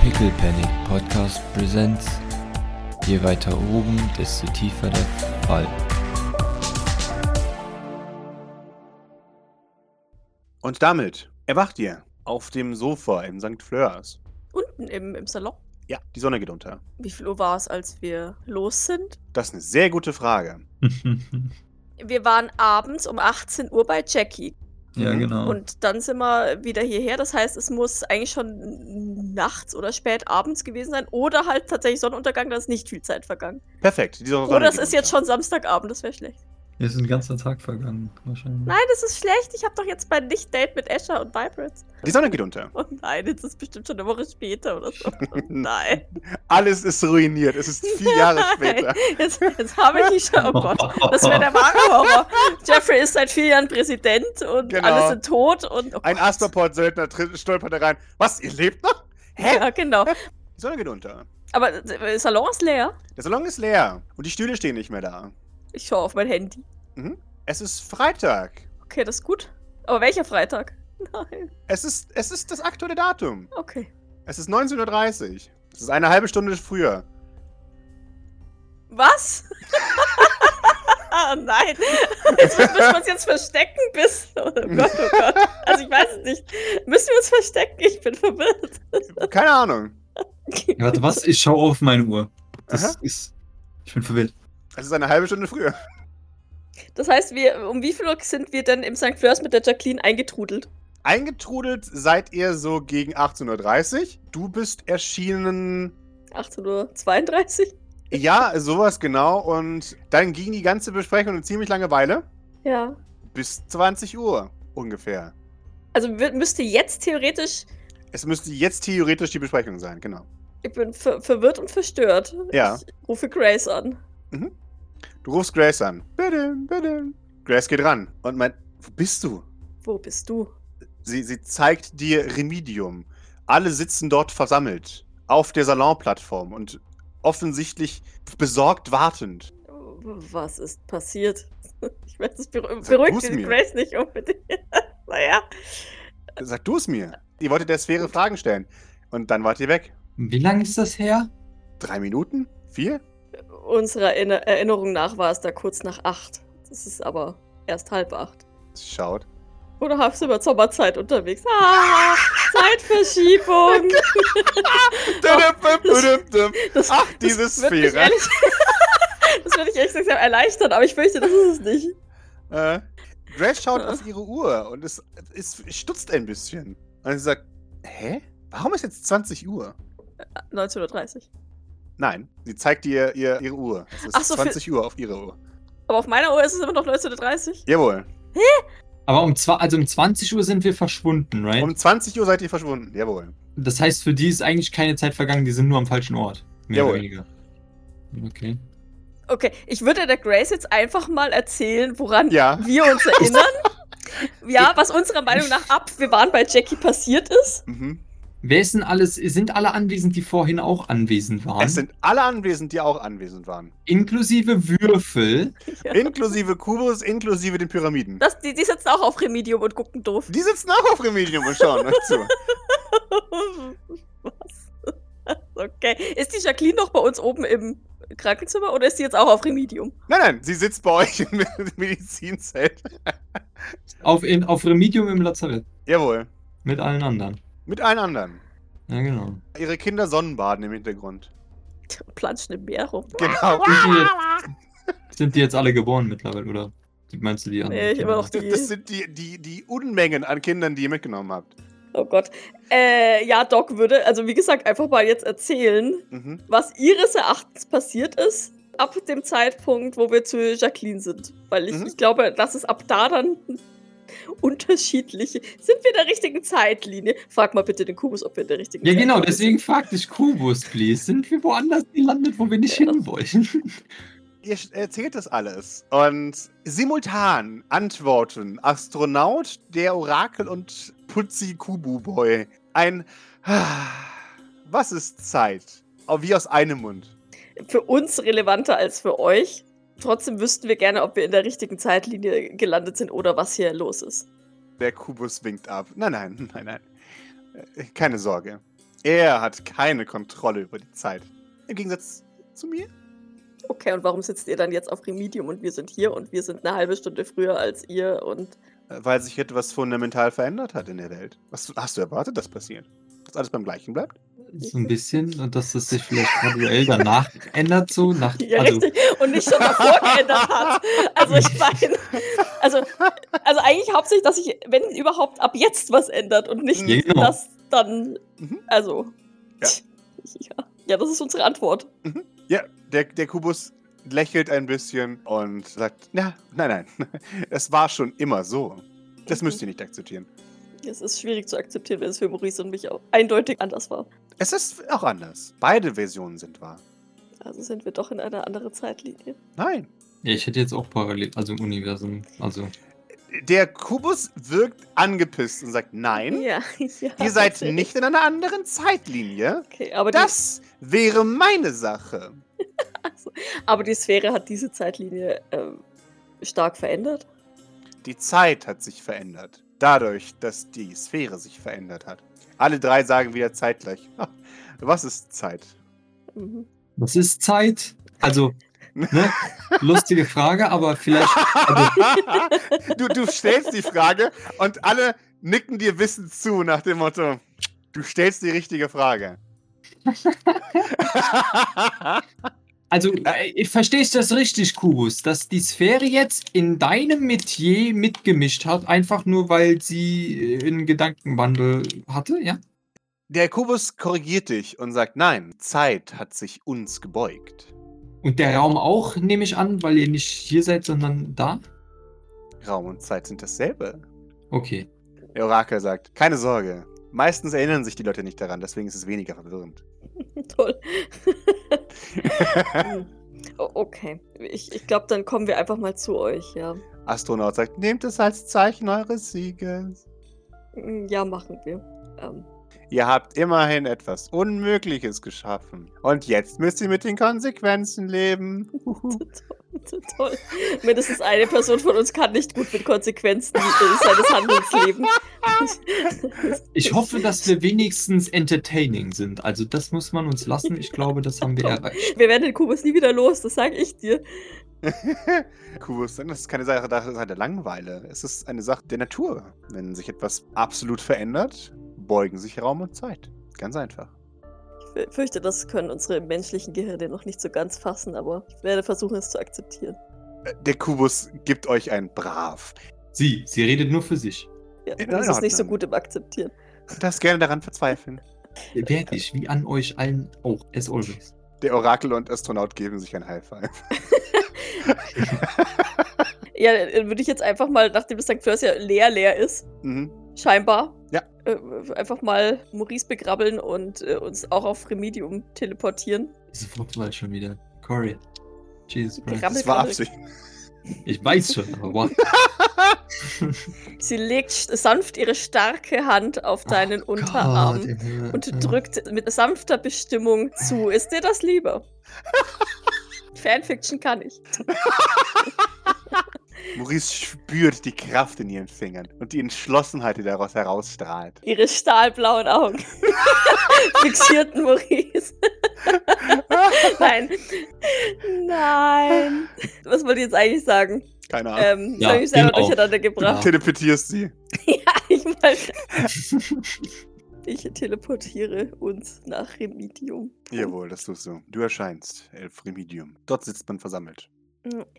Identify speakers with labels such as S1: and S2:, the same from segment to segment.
S1: Pickle Panic Podcast Presents. Je weiter oben, desto tiefer der Fall.
S2: Und damit erwacht ihr auf dem Sofa im St. Fleurs.
S3: Unten im, im Salon.
S2: Ja, die Sonne geht unter.
S3: Wie viel Uhr war es, als wir los sind?
S2: Das ist eine sehr gute Frage.
S3: Wir waren abends um 18 Uhr bei Jackie.
S4: ja,
S2: Mhm.
S4: genau.
S3: Und dann sind wir wieder hierher. Das heißt, es muss eigentlich schon nachts oder spät abends gewesen sein. Oder halt tatsächlich Sonnenuntergang, da ist nicht viel Zeit vergangen.
S2: Perfekt. Die Oh, Sonne
S3: oder es
S2: geht
S3: Oh, ist jetzt
S2: unter.
S3: schon Samstagabend, das wäre schlecht.
S4: Hier ist ein ganzer Tag vergangen, wahrscheinlich.
S3: Nein, das ist schlecht. Ich habe doch jetzt mein Nicht-Date mit Asher und Vibrance.
S2: Die Sonne geht unter.
S3: Oh nein, jetzt ist bestimmt schon eine Woche später oder so. Oh nein.
S2: Alles ist ruiniert. Es ist vier Jahre
S3: Nein.
S2: später.
S3: Jetzt, jetzt habe ich die schon. Oh Gott. Das wäre der wahre Horror. Jeffrey ist seit vier Jahren Präsident und
S2: Genau.
S3: alle sind tot und. Oh
S2: Ein
S3: Gott.
S2: Astroport-Söldner tritt- stolpert da rein. Was? Ihr lebt noch? Hä?
S3: Ja, genau.
S2: Die Sonne geht unter.
S3: Aber äh, Salon ist leer.
S2: Der Salon ist leer und die Stühle stehen nicht mehr da.
S3: Ich schaue auf mein Handy.
S2: Es ist Freitag.
S3: Okay, das ist gut. Aber welcher Freitag? Nein.
S2: Es ist, es ist das aktuelle Datum.
S3: Okay.
S2: Es ist 19.30 Uhr. Es ist eine halbe Stunde früher.
S3: Was? Ah, Nein. Jetzt müssen wir uns jetzt verstecken bis. Oh Gott, oh Gott. Also ich weiß es nicht. Müssen wir uns verstecken? Ich bin verwirrt.
S2: Keine Ahnung.
S4: Ja, Warte, was? Ich schaue auf meine Uhr. Das
S2: Aha.
S4: ist. Ich bin verwirrt.
S2: Es ist eine halbe Stunde früher.
S3: Das heißt, wir, um wie viel Uhr sind wir denn im St. Fleurs mit der Jacqueline eingetrudelt?
S2: Eingetrudelt seid ihr so gegen 18.30 Uhr. Du bist erschienen.
S3: 18.32 Uhr?
S2: Ja, sowas genau. Und dann ging die ganze Besprechung eine ziemlich lange Weile.
S3: Ja.
S2: Bis 20 Uhr ungefähr.
S3: Also wir- müsste jetzt theoretisch.
S2: Es müsste jetzt theoretisch die Besprechung sein, genau.
S3: Ich bin ver verwirrt und verstört.
S2: Ja.
S3: Ich rufe Grace an.
S2: Du rufst Grace an. Bitte, bitte. Grace geht ran und meint, wo bist du?
S3: Wo bist du?
S2: Sie, sie zeigt dir Remedium. Alle sitzen dort versammelt. Auf der Salonplattform und offensichtlich besorgt wartend.
S3: Was ist passiert? Ich weiß, es beruh
S2: Sag
S3: beruhigt
S2: du's
S3: die
S2: mir.
S3: Grace nicht unbedingt. naja.
S2: Sag du es mir. Ihr wolltet der Sphäre Fragen stellen. Und dann wart ihr weg.
S4: Wie lange ist das her?
S2: Drei Minuten? Vier?
S3: Unserer Erinner Erinnerung nach war es da kurz nach acht. Das ist aber erst halb acht.
S2: Sie schaut.
S3: Oder hab's über Sommerzeit unterwegs. Ah, Zeitverschiebung. Das,
S2: Ach, diese
S3: das wird mich
S2: Sphäre.
S3: ehrlich- das würde ich ehrlich gesagt erleichtern, aber ich fürchte, das ist es nicht.
S2: Äh, Grace schaut auf ihre Uhr und es, es stutzt ein bisschen. Und sie sagt, hä? Warum ist jetzt 20 Uhr?
S3: 19.30 Uhr.
S2: Nein, sie zeigt dir ihr, ihre Uhr. Es ist
S3: Ach so, für-
S2: 20 Uhr auf ihre Uhr.
S3: Aber auf meiner Uhr ist es immer noch 19.30 Uhr.
S2: Jawohl.
S4: Aber um, zwei, also um 20 Uhr sind wir verschwunden, right?
S2: Um 20 Uhr seid ihr verschwunden. Jawohl.
S4: das heißt, für die ist eigentlich keine Zeit vergangen, die sind nur am falschen Ort. Mehr
S2: Jawohl.
S4: oder weniger. Okay.
S3: Okay, ich würde der Grace jetzt einfach mal erzählen, woran
S2: Ja.
S3: wir uns erinnern. ja, was unserer Meinung nach ab, wir waren bei Jackie passiert ist.
S2: Mhm.
S4: Wer ist denn alles, sind alle anwesend, die vorhin auch anwesend waren?
S2: Es sind alle anwesend, die auch anwesend waren.
S4: Inklusive Würfel.
S3: Ja.
S2: Inklusive Kubus, inklusive den Pyramiden.
S3: Das, die, die sitzen auch auf Remedium und gucken doof.
S2: Die sitzen auch auf Remedium und schauen euch zu.
S3: was? Okay. Ist die Jacqueline noch bei uns oben im Krankenzimmer oder ist die jetzt auch auf Remedium?
S2: Nein, nein, sie sitzt bei euch im Medizinzelt.
S4: Auf, in, auf Remedium im Lazarett.
S2: Jawohl.
S4: Mit allen anderen.
S2: Mit allen anderen.
S4: Ja, genau.
S2: Ihre Kinder Sonnenbaden im Hintergrund.
S3: Planschen im Meer rum.
S2: Genau.
S4: Sind die, jetzt, sind die jetzt alle geboren mittlerweile, oder? Meinst du die anderen?
S3: Nee, ich immer noch die.
S2: Das sind die, die, die Unmengen an Kindern, die ihr mitgenommen habt.
S3: Oh Gott. Äh, ja, Doc würde, also wie gesagt, einfach mal jetzt erzählen,
S2: Mhm.
S3: was ihres Erachtens passiert ist, ab dem Zeitpunkt, wo wir zu Jacqueline sind. Weil ich,
S2: Mhm.
S3: ich glaube, das ist ab da dann unterschiedliche. Sind wir in der richtigen Zeitlinie? Frag mal bitte den Kubus, ob wir in der richtigen
S4: Ja, genau,
S3: Zeitlinie
S4: deswegen frag dich Kubus, please. Sind wir woanders gelandet, wo wir nicht
S3: Ja.
S4: hinwollen?
S2: Ihr sch- erzählt das alles. Und simultan antworten Astronaut, der Orakel und Putzi Kubu Boy. Ein Was ist Zeit? Oh, Wie aus einem Mund.
S3: sind. Für uns relevanter als für euch. Trotzdem wüssten wir gerne, ob wir in der richtigen Zeitlinie gelandet sind oder was hier los ist.
S2: Der Kubus winkt ab. Nein, nein, nein, nein. Äh, Keine Sorge. Er hat keine Kontrolle über die Zeit. Im Gegensatz zu mir.
S3: Okay, und warum sitzt ihr dann jetzt auf Remedium und wir sind hier und wir sind eine halbe Stunde früher als ihr und.
S2: Äh, Weil sich etwas fundamental verändert hat in der Welt. Was hast du erwartet, dass passiert? Dass alles beim Gleichen bleibt?
S4: So ein bisschen. Und dass es sich vielleicht graduell danach ändert, so nach.
S3: Ja,
S4: also,
S3: richtig. Und nicht schon davor geändert hat. Also, ich meine. Also, also, eigentlich hauptsächlich, dass sich, wenn überhaupt, ab jetzt was ändert und nicht,
S4: Ja, genau.
S3: dass dann.
S2: Mhm.
S3: Also.
S2: Ja.
S3: Ja. ja, das ist unsere Antwort.
S2: Ja, der, der Kubus lächelt ein bisschen und sagt: Na, nein, nein. Es war schon immer so. Das müsst ihr nicht akzeptieren.
S3: Es ist schwierig zu akzeptieren, wenn es für Maurice und mich auch eindeutig anders war.
S2: Es ist auch anders. Beide Versionen sind wahr.
S3: Also sind wir doch in einer anderen Zeitlinie.
S2: Nein.
S4: ja, ich hätte jetzt auch parallel, also im Universum. Also,
S2: Der Kubus wirkt angepisst und sagt: Nein,
S3: Ja, ja.
S2: ihr seid nicht in einer anderen Zeitlinie.
S3: Okay, aber die,
S2: Das wäre meine Sache.
S3: aber die Sphäre hat diese Zeitlinie ähm, stark verändert.
S2: Die Zeit hat sich verändert. Dadurch, dass die Sphäre sich verändert hat. Alle drei sagen wieder zeitgleich. Ha, Was ist Zeit?
S3: Mhm.
S4: das ist Zeit. Also, ne? lustige Frage, aber vielleicht.
S2: du, du stellst die Frage und alle nicken dir wissend zu nach dem Motto, du stellst die richtige Frage.
S4: Also, äh, verstehst du das richtig, Kubus, dass die Sphäre jetzt in deinem Metier mitgemischt hat, einfach nur weil sie äh, einen Gedankenwandel hatte, ja?
S2: Der Kubus korrigiert dich und sagt, nein, Zeit hat sich uns gebeugt.
S4: Und der Raum auch, nehme ich an, weil ihr nicht hier seid, sondern da?
S2: Raum und Zeit sind dasselbe.
S4: Okay.
S2: Der Orakel sagt, keine Sorge. Meistens erinnern sich die Leute nicht daran, deswegen ist es weniger verwirrend.
S3: Toll. Mhm. O- okay. Ich, ich glaube, dann kommen wir einfach mal zu euch, ja.
S2: Astronaut sagt, nehmt es als Zeichen eures Sieges.
S3: Mhm, Ja, machen wir. Ähm,
S2: Ihr habt immerhin etwas Unmögliches geschaffen. Und jetzt müsst ihr mit den Konsequenzen leben. Huhu.
S3: toll, toll. Mindestens eine Person von uns kann nicht gut mit Konsequenzen äh, seines Handelns leben.
S4: Ich hoffe, dass wir wenigstens entertaining sind. Also, das muss man uns lassen. Ich glaube, das haben wir erreicht.
S3: Wir werden den Kubus nie wieder los, das sage ich dir.
S2: Kubus, das ist keine Sache das ist halt eine Langeweile. Es ist eine Sache der Natur. Wenn sich etwas absolut verändert, beugen sich Raum und Zeit. Ganz einfach.
S3: Ich fürchte, das können unsere menschlichen Gehirne noch nicht so ganz fassen, aber ich werde versuchen, es zu akzeptieren.
S2: Äh, Der Kubus gibt euch ein Brav.
S4: Sie, sie redet nur für sich.
S3: Ja,
S2: In
S3: das ist nicht so
S2: Ordnung.
S3: gut im Akzeptieren.
S2: Du darfst gerne daran verzweifeln.
S4: Wirklich, wie an euch allen auch, as always.
S2: Der Orakel und Astronaut geben sich ein High Five.
S3: Ja, dann würde ich jetzt einfach mal, nachdem das St. Flörs ja leer, leer ist,
S2: Mhm.
S3: scheinbar,
S2: Ja.
S3: äh, einfach mal Maurice begrabbeln und äh, uns auch auf Remedium teleportieren.
S4: Diese Fruchtwahl schon wieder. Corey. Jesus Christ.
S3: Grabbel-
S2: Das war Absicht.
S4: Ich weiß schon, aber what?
S3: Sie legt sch- sanft ihre starke Hand auf deinen Unterarm
S4: Gott, äh, im Himmel.
S3: und drückt mit sanfter Bestimmung zu. Ist dir das lieber? Fanfiction kann ich.
S2: Maurice spürt die Kraft in ihren Fingern und die Entschlossenheit, die daraus herausstrahlt.
S3: Ihre stahlblauen Augen fixierten Maurice. Nein. Nein. Was wollte ich jetzt eigentlich sagen?
S2: Keine Ahnung.
S3: Ähm,
S4: Ja,
S3: das habe ich selber
S4: genau.
S3: durcheinander
S2: du
S3: gebracht.
S2: teleportierst sie.
S3: Ja, ich meine. Ich teleportiere uns nach Remedium.
S2: Jawohl, das tust du. Du erscheinst, Elfrimidium. Dort sitzt man versammelt.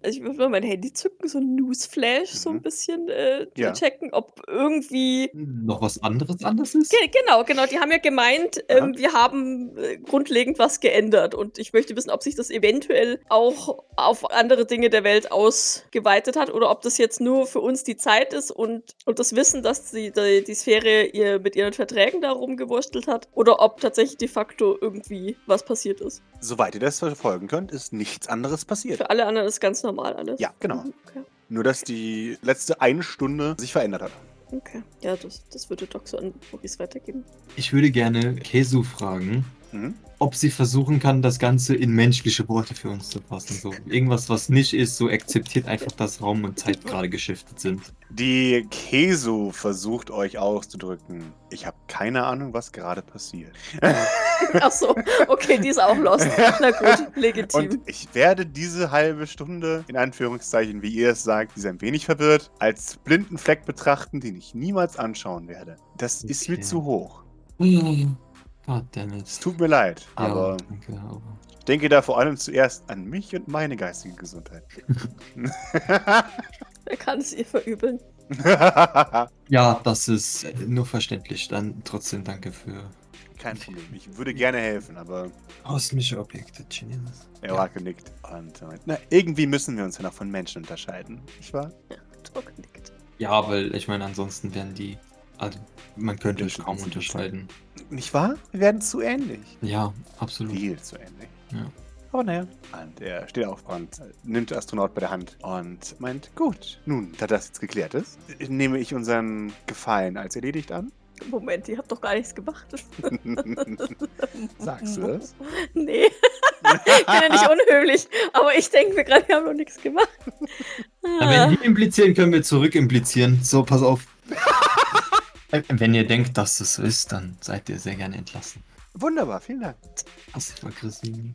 S3: Also ich würde mal mein Handy zücken, so ein Newsflash, so ein
S2: Mhm.
S3: bisschen äh,
S2: Ja.
S3: checken, ob irgendwie.
S4: Noch was anderes anders ist?
S3: Ge genau, genau. Die haben ja gemeint,
S2: Ja.
S3: ähm, wir haben äh, grundlegend was geändert. Und ich möchte wissen, ob sich das eventuell auch auf andere Dinge der Welt ausgeweitet hat oder ob das jetzt nur für uns die Zeit ist und, und das Wissen, dass die, die, die Sphäre ihr mit ihren Verträgen da rumgewurstelt hat oder ob tatsächlich de facto irgendwie was passiert ist.
S2: Soweit ihr das verfolgen könnt, ist nichts anderes passiert.
S3: Für alle anderen ist ganz normal alles.
S2: Ja, genau.
S3: Mhm, Okay.
S2: Nur, dass die letzte eine Stunde sich verändert hat.
S3: okay. Ja, das, das würde Doc so an Maurice weitergeben.
S4: Ich würde gerne Kesu fragen,
S2: Mhm.
S4: ob sie versuchen kann, das Ganze in menschliche Worte für uns zu fassen. So irgendwas, was nicht ist, so akzeptiert einfach, dass Raum und Zeit gerade geschiftet sind.
S2: Die Kesu versucht euch auszudrücken. Ich habe keine Ahnung, was gerade passiert.
S3: Ach so, okay, die ist auch lost. Na gut, legitim.
S2: Und ich werde diese halbe Stunde, in Anführungszeichen, wie ihr es sagt, die ist ein wenig verwirrt, als blinden Fleck betrachten, den ich niemals anschauen werde. Das ist mir
S4: Okay.
S2: zu hoch. Es
S4: Goddammit.
S2: tut mir leid,
S4: Ja,
S2: aber
S4: danke, aber-
S2: ich denke da vor allem zuerst an mich und meine geistige Gesundheit.
S3: Er kann es ihr verübeln.
S2: Kein
S4: Ja, das ist äh, nur verständlich. Dann trotzdem danke für
S2: Problem. Ich würde gerne helfen, aber
S4: kosmische Objekte, Genius.
S2: er war genickt. Und, äh, na, irgendwie müssen wir uns ja noch von Menschen unterscheiden, nicht wahr?
S3: Doc nickt.
S4: Ja, weil ich meine, ansonsten wären die. Also, man könnte es kaum unterscheiden.
S2: Nicht wahr? Wir werden zu ähnlich.
S4: Ja, absolut.
S2: Viel zu ähnlich.
S4: Ja.
S2: Aber naja. Und er steht auf und nimmt den Astronaut bei der Hand und meint, gut, nun, da das jetzt geklärt ist, nehme ich unseren Gefallen als erledigt an.
S3: Moment, die hat doch gar nichts gemacht.
S2: Sagst du das?
S3: Nee, ich bin ja nicht unhöflich, aber ich denke mir gerade, wir haben noch nichts gemacht.
S4: Na,
S3: Ah.
S4: wenn die implizieren, können wir zurück implizieren. So, pass auf. Äh, wenn ihr denkt, dass das so ist, dann seid ihr sehr gerne entlassen.
S2: Wunderbar, vielen Dank.
S4: Das war Christine.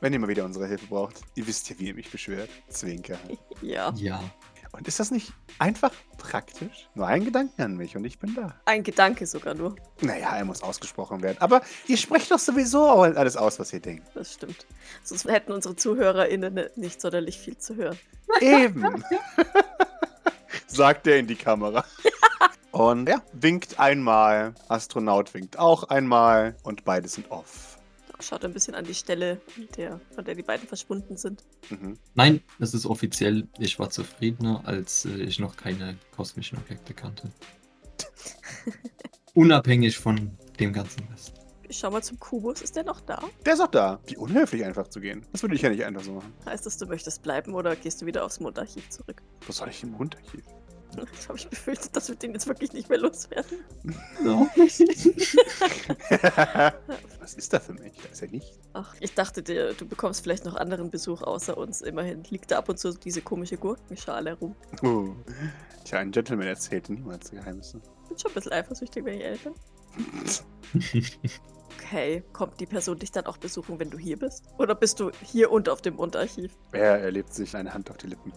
S2: Wenn ihr mal wieder unsere Hilfe braucht, ihr wisst ja, wie ihr mich beschwert. Zwinker.
S3: Ja,
S4: Ja.
S2: Und ist das nicht einfach praktisch? Nur ein Gedanken an mich und ich bin da.
S3: ein Gedanke sogar nur.
S2: Naja, er muss ausgesprochen werden. Aber ihr sprecht doch sowieso alles aus, was ihr denkt.
S3: Das stimmt. Sonst hätten unsere ZuhörerInnen nicht sonderlich viel zu hören.
S2: Eben. Sagt er in die Kamera. Und ja, winkt einmal. Astronaut winkt auch einmal. Und beide sind off.
S3: Schaut ein bisschen an die Stelle, an der, an der die beiden verschwunden sind.
S2: Mhm.
S4: Nein, das ist offiziell. Ich war zufriedener, als äh, ich noch keine kosmischen Objekte kannte. Unabhängig von dem ganzen Rest.
S3: Ich schau mal zum Kubus. Ist der noch da?
S2: Der ist auch da. Wie unhöflich einfach zu gehen. Das würde ich ja nicht einfach so machen.
S3: Heißt das, du möchtest bleiben oder gehst du wieder aufs Mondarchiv zurück?
S2: Was soll ich im Unterschied?
S3: Das habe ich befürchtet, dass wir den jetzt wirklich nicht mehr loswerden.
S2: was ist da für mich? Da ist ja nichts.
S3: Ach, ich dachte dir, du bekommst vielleicht noch anderen Besuch außer uns. Immerhin liegt da ab und zu diese komische Gurkenschale rum.
S2: Oh. Tja, ein Gentleman erzählt niemals Geheimnisse.
S3: Bin schon ein bisschen eifersüchtig, wenn ich ehrlich bin. Okay, kommt die Person dich dann auch besuchen, wenn du hier bist? Oder bist du hier und auf dem Mondarchiv?
S2: Er erlebt sich eine Hand auf die Lippen.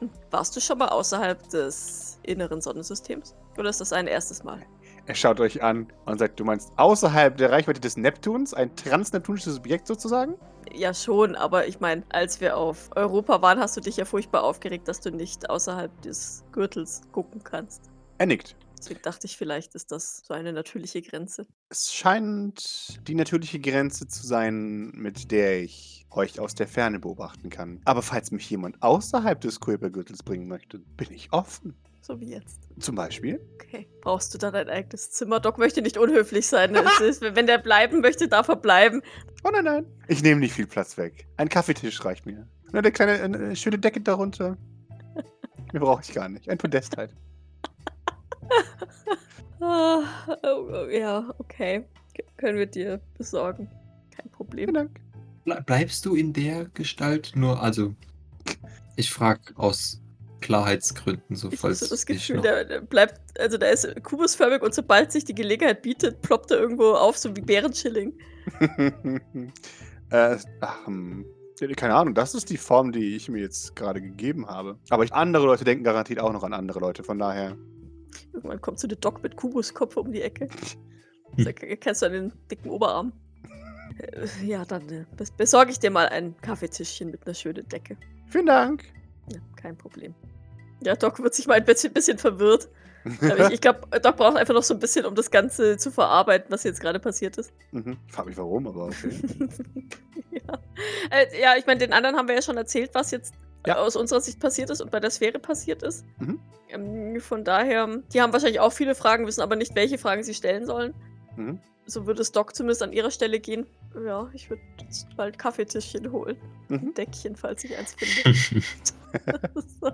S3: Hm. Warst du schon mal außerhalb des inneren Sonnensystems? Oder ist das ein erstes Mal?
S2: Er schaut euch an und sagt, du meinst außerhalb der Reichweite des Neptuns, ein transneptunisches Objekt sozusagen?
S3: Ja, schon, aber ich meine, als wir auf Europa waren, hast du dich ja furchtbar aufgeregt, dass du nicht außerhalb des Gürtels gucken kannst.
S2: Er nickt.
S3: Deswegen dachte ich, vielleicht ist das so eine natürliche Grenze.
S2: Es scheint die natürliche Grenze zu sein, mit der ich euch aus der Ferne beobachten kann. Aber falls mich jemand außerhalb des Kuipergürtels bringen möchte, bin ich offen.
S3: So wie jetzt.
S2: Zum Beispiel?
S3: Okay. Brauchst du dann dein eigenes Zimmer? Doc möchte nicht unhöflich sein. Es ist, wenn der bleiben möchte, darf er bleiben.
S2: Oh nein, nein. Ich nehme nicht viel Platz weg. Ein Kaffeetisch reicht mir. Nur eine kleine, eine schöne Decke darunter. Mehr brauche ich gar nicht. Ein Podest halt.
S3: Ah, oh, oh, ja, okay. K können wir dir besorgen.
S2: Vielen
S3: Kein
S4: Genau.
S3: Problem.
S2: Dank.
S4: Ble- Bleibst du in der Gestalt nur, also ich frage aus Klarheitsgründen, so
S3: Ich habe
S4: falls
S3: so das
S4: ich
S3: Gefühl,
S4: noch-
S3: der, der bleibt, also der ist kubusförmig und sobald sich die Gelegenheit bietet, ploppt er irgendwo auf, so wie Bärenschilling.
S2: äh, ach, hm. Ja, keine Ahnung, das ist die Form, die ich mir jetzt gerade gegeben habe. Aber ich, andere Leute denken garantiert auch noch an andere Leute, von daher.
S3: Irgendwann kommt so eine Doc mit Kubuskopf um die Ecke.
S4: Hm.
S3: Da k- kennst du an den dicken Oberarm. Äh, Ja, dann äh, bes- besorge ich dir mal ein Kaffeetischchen mit einer schönen Decke.
S2: Vielen Dank.
S3: Ja, kein Problem. Ja, Doc wird sich mal ein bisschen, bisschen verwirrt. Aber ich ich glaube, Doc braucht einfach noch so ein bisschen, um das Ganze zu verarbeiten, was jetzt gerade passiert ist.
S2: Mhm. Ich frage mich warum, aber okay.
S3: ja. Äh, ja, ich meine, den anderen haben wir ja schon erzählt, was jetzt
S2: Ja.
S3: aus unserer Sicht passiert ist und bei der Sphäre passiert ist.
S2: Mhm.
S3: Ähm, von daher, die haben wahrscheinlich auch viele Fragen, wissen aber nicht, welche Fragen sie stellen sollen.
S2: Mhm.
S3: So würde es Doc zumindest an ihrer Stelle gehen. Ja, ich würde jetzt bald Kaffeetischchen holen.
S2: Mhm.
S3: Ein Deckchen, falls ich eins finde. So.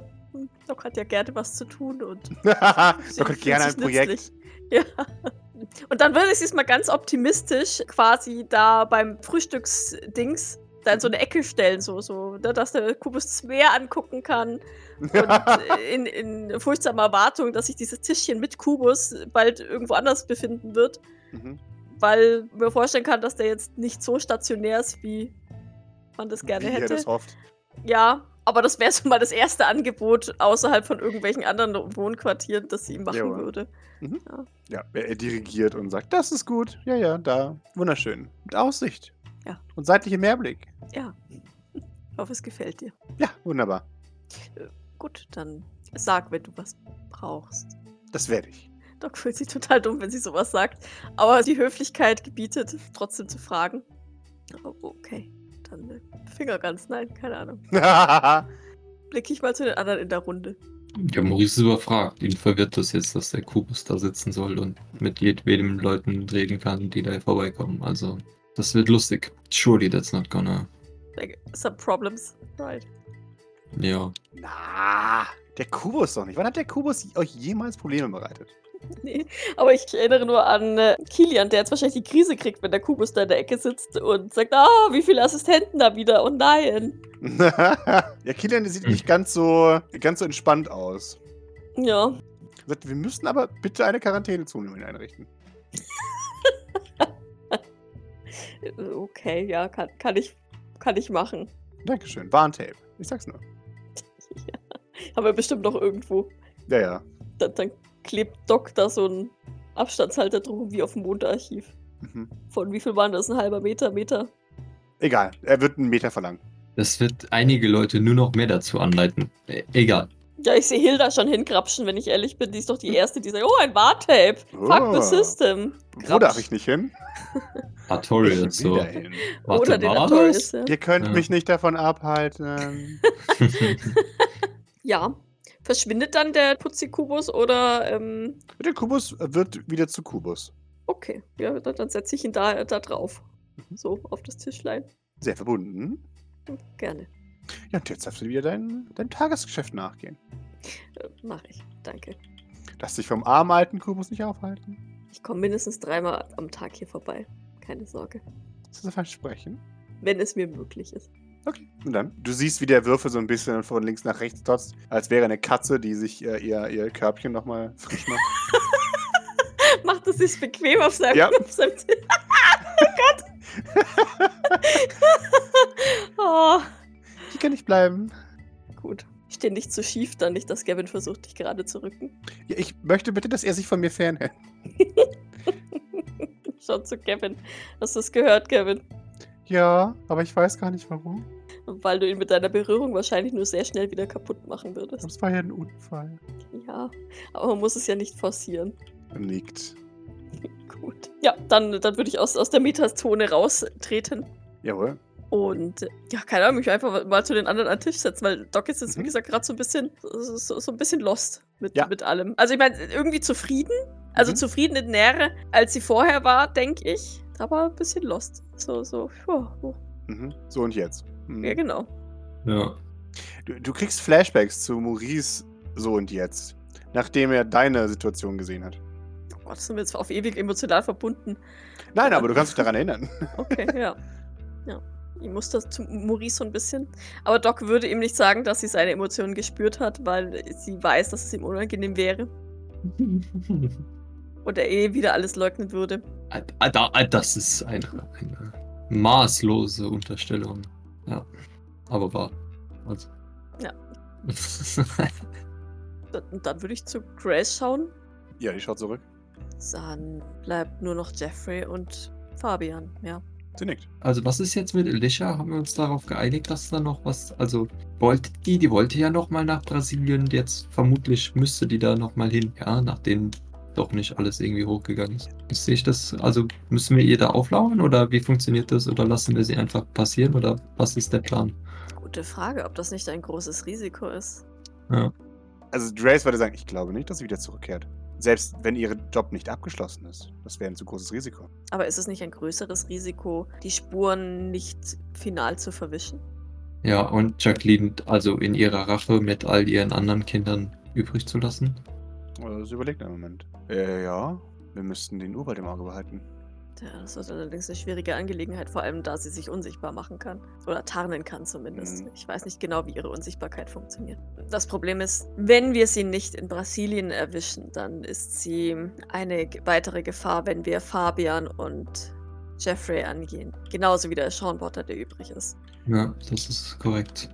S3: Doc hat ja gerne was zu tun und
S2: Doch
S3: Sie fühlt
S2: gerne ein
S3: sich
S2: Projekt.
S3: nützlich. Ja. Und dann würde ich es mal ganz optimistisch quasi da beim Frühstücksdings da in so eine Ecke stellen, so, so, ne, dass der Kubus das Meer angucken kann. Und äh, in, in furchtsamer Erwartung, dass sich dieses Tischchen mit Kubus bald irgendwo anders befinden wird,
S2: Mhm.
S3: weil ich mir vorstellen kann, dass der jetzt nicht so stationär ist, wie man das gerne
S2: Wie ihr
S3: hätte.
S2: das hofft.
S3: Ja, aber das wäre schon mal das erste Angebot außerhalb von irgendwelchen anderen Wohnquartieren, das sie ihm machen
S2: Jawohl.
S3: würde.
S2: Ja, er er dirigiert und sagt, das ist gut. Ja, ja, da. Wunderschön. Mit Aussicht.
S3: Ja.
S2: Und seitlichem Meerblick.
S3: Ich hoffe, es gefällt dir.
S2: Ja, wunderbar.
S3: Gut, dann sag, wenn du was brauchst.
S2: Das werde ich.
S3: Doc fühlt sich total dumm, wenn sie sowas sagt. Aber die Höflichkeit gebietet, trotzdem zu fragen. Oh, Okay, dann äh, Finger ganz, nein, keine Ahnung. Blicke ich mal zu den anderen in der Runde.
S4: Ja, Maurice ist überfragt. Ihn verwirrt das jetzt, dass der Kubus da sitzen soll und mit jedwedem Leuten reden kann, die da vorbeikommen. Also, das wird lustig. Surely that's not gonna.
S3: Like, Some problems, right?
S4: Ja.
S2: Na, der Kubus doch nicht. Wann hat der Kubus euch jemals Probleme bereitet?
S3: Nee, aber ich erinnere nur an äh, Kilian, der jetzt wahrscheinlich die Krise kriegt, wenn der Kubus da in der Ecke sitzt und sagt, ah, wie viele Assistenten da wieder? Oh nein.
S2: ja, Kilian der sieht nicht ganz so, ganz so entspannt aus.
S3: Ja.
S2: Er sagt, wir müssen aber bitte eine Quarantänezone einrichten.
S3: äh, Okay, ja, kann, kann, ich, kann ich machen.
S2: Dankeschön. Warntape. Ich sag's nur.
S3: Haben wir bestimmt noch irgendwo.
S2: Ja, ja.
S3: Dann, dann klebt Doc da so ein Abstandshalter drum, wie auf dem Mondarchiv.
S2: Mhm.
S3: Von wie viel waren das? Ein halber Meter, Meter?
S2: Egal. Er wird einen Meter verlangen.
S4: Das wird einige Leute nur noch mehr dazu anleiten. E egal.
S3: Ja, ich sehe Hilda schon hinkrapschen, wenn ich ehrlich bin. Die ist doch die Erste, die sagt, oh, ein Wartape. Fuck
S2: Oh.
S3: the system.
S2: Wo
S3: Krapsch.
S2: darf ich nicht hin? Ich
S4: Artorial,
S2: will
S4: Oh, so.
S2: da hin.
S4: Warte,
S3: Oder den
S4: war das?
S3: Artorius, ja.
S2: Ihr könnt
S4: Ja.
S2: mich nicht davon abhalten.
S3: Ja. Verschwindet dann der Putzikubus oder ähm,
S2: Der Kubus wird wieder zu Kubus.
S3: okay, ja, dann, dann setze ich ihn da, da drauf. So, auf das Tischlein.
S2: Sehr verbunden.
S3: Gerne.
S2: Ja, und jetzt darfst du wieder dein, dein Tagesgeschäft nachgehen.
S3: Äh, Mach ich. Danke.
S2: Lass dich vom armen alten Kubus nicht aufhalten.
S3: Ich komme mindestens dreimal am Tag hier vorbei. Keine Sorge.
S2: Das ist ein Versprechen.
S3: Wenn es mir möglich ist.
S2: Okay. Und dann? Du siehst, wie der Würfel so ein bisschen von links nach rechts totzt, als wäre eine Katze, die sich äh, ihr, ihr Körbchen nochmal frisch macht.
S3: Macht es sich bequem auf seinem,
S2: Ja.
S3: auf seinem Tisch. oh Gott.
S2: Hier kann ich bleiben.
S3: oh, gut. Ich stehe nicht zu schief, dann nicht, dass Gavin versucht, dich gerade zu rücken.
S2: Ja, ich möchte bitte, dass er sich von mir fernhält.
S3: Schon zu Gavin. Hast du es gehört, Gavin?
S2: Ja, aber ich weiß gar nicht warum.
S3: Weil du ihn mit deiner Berührung wahrscheinlich nur sehr schnell wieder kaputt machen würdest.
S2: Das war ja ein Unfall.
S3: Ja, aber man muss es ja nicht forcieren.
S2: Nickt.
S3: Gut. Ja, dann, dann würde ich aus, aus der Metazone raustreten
S2: Jawohl.
S3: und äh, ja, keine Ahnung, mich einfach mal zu den anderen an den Tisch setzen, weil Doc ist jetzt,
S2: Mhm.
S3: wie gesagt, gerade so ein bisschen so, so, so ein bisschen lost mit,
S2: Ja.
S3: mit allem. Also ich meine, irgendwie zufrieden, also
S2: Mhm.
S3: zufrieden in Nähe, als sie vorher war, denke ich, aber ein bisschen lost. So, so, ja, oh,
S2: Mhm. So und jetzt. Mhm.
S3: ja, genau.
S4: Ja.
S2: Du, du kriegst Flashbacks zu Maurice so und jetzt, nachdem er deine Situation gesehen hat.
S3: Oh Gott, sind wir jetzt auf ewig emotional verbunden.
S2: Nein, aber du kannst dich daran erinnern.
S3: Okay, ja. ja. Ich muss das zu Maurice so ein bisschen. Aber Doc würde ihm nicht sagen, dass sie seine Emotionen gespürt hat, weil sie weiß, dass es ihm unangenehm wäre und er eh wieder alles leugnen würde.
S4: Ah, Alter, Alter, das ist eine, eine maßlose Unterstellung. Ja. Aber wahr. Also.
S3: Ja. Da- Und dann würde ich zu Grace schauen.
S2: Ja, ich schau zurück.
S3: Dann bleibt nur noch Jeffrey und Fabian, ja.
S2: Sie nickt.
S4: also, was ist jetzt mit Elisha? Haben wir uns darauf geeinigt, dass da noch was. Also, wollte die, die wollte ja nochmal nach Brasilien. Jetzt vermutlich müsste die da nochmal hin, ja, nachdem doch nicht alles irgendwie hochgegangen ist. Sehe ich das? Also, müssen wir ihr da auflauern oder wie funktioniert das? Oder lassen wir sie einfach passieren? Oder was ist der Plan?
S3: Gute Frage, ob das nicht ein großes Risiko ist.
S2: Also Grace würde sagen, ich glaube nicht, dass sie wieder zurückkehrt. Selbst wenn ihr Job nicht abgeschlossen ist. Das wäre ein zu großes Risiko.
S3: Aber ist es nicht ein größeres Risiko, die Spuren nicht final zu verwischen?
S4: Ja, und Jacqueline also in ihrer Rache mit all ihren anderen Kindern übrig zu lassen.
S2: Also, sie überlegt einen Moment. Äh, ja. Wir müssten den Urwald im Auge behalten.
S3: Ja, das wird allerdings eine schwierige Angelegenheit, vor allem da sie sich unsichtbar machen kann. Oder tarnen kann zumindest.
S2: Mhm.
S3: Ich weiß nicht genau, wie ihre Unsichtbarkeit funktioniert. Das Problem ist, wenn wir sie nicht in Brasilien erwischen, dann ist sie eine g- weitere Gefahr, wenn wir Fabian und Jeffrey angehen. Genauso wie der Sean Potter, der übrig ist.
S4: Ja, das ist korrekt.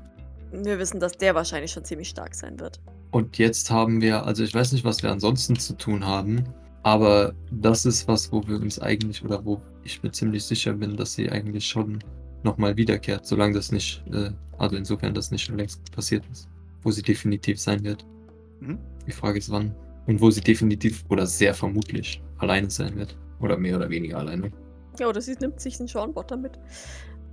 S3: Wir wissen, dass der wahrscheinlich schon ziemlich stark sein wird.
S4: Und jetzt haben wir, also ich weiß nicht, was wir ansonsten zu tun haben, aber das ist was, wo wir uns eigentlich oder wo ich mir ziemlich sicher bin, dass sie eigentlich schon nochmal wiederkehrt, solange das nicht, äh, also insofern das nicht schon längst passiert ist, wo sie definitiv sein wird.
S2: Mhm.
S4: Die Frage ist wann und wo sie definitiv oder sehr vermutlich alleine sein wird oder mehr oder weniger alleine.
S3: Ja, oder sie nimmt sich den Sean Potter mit.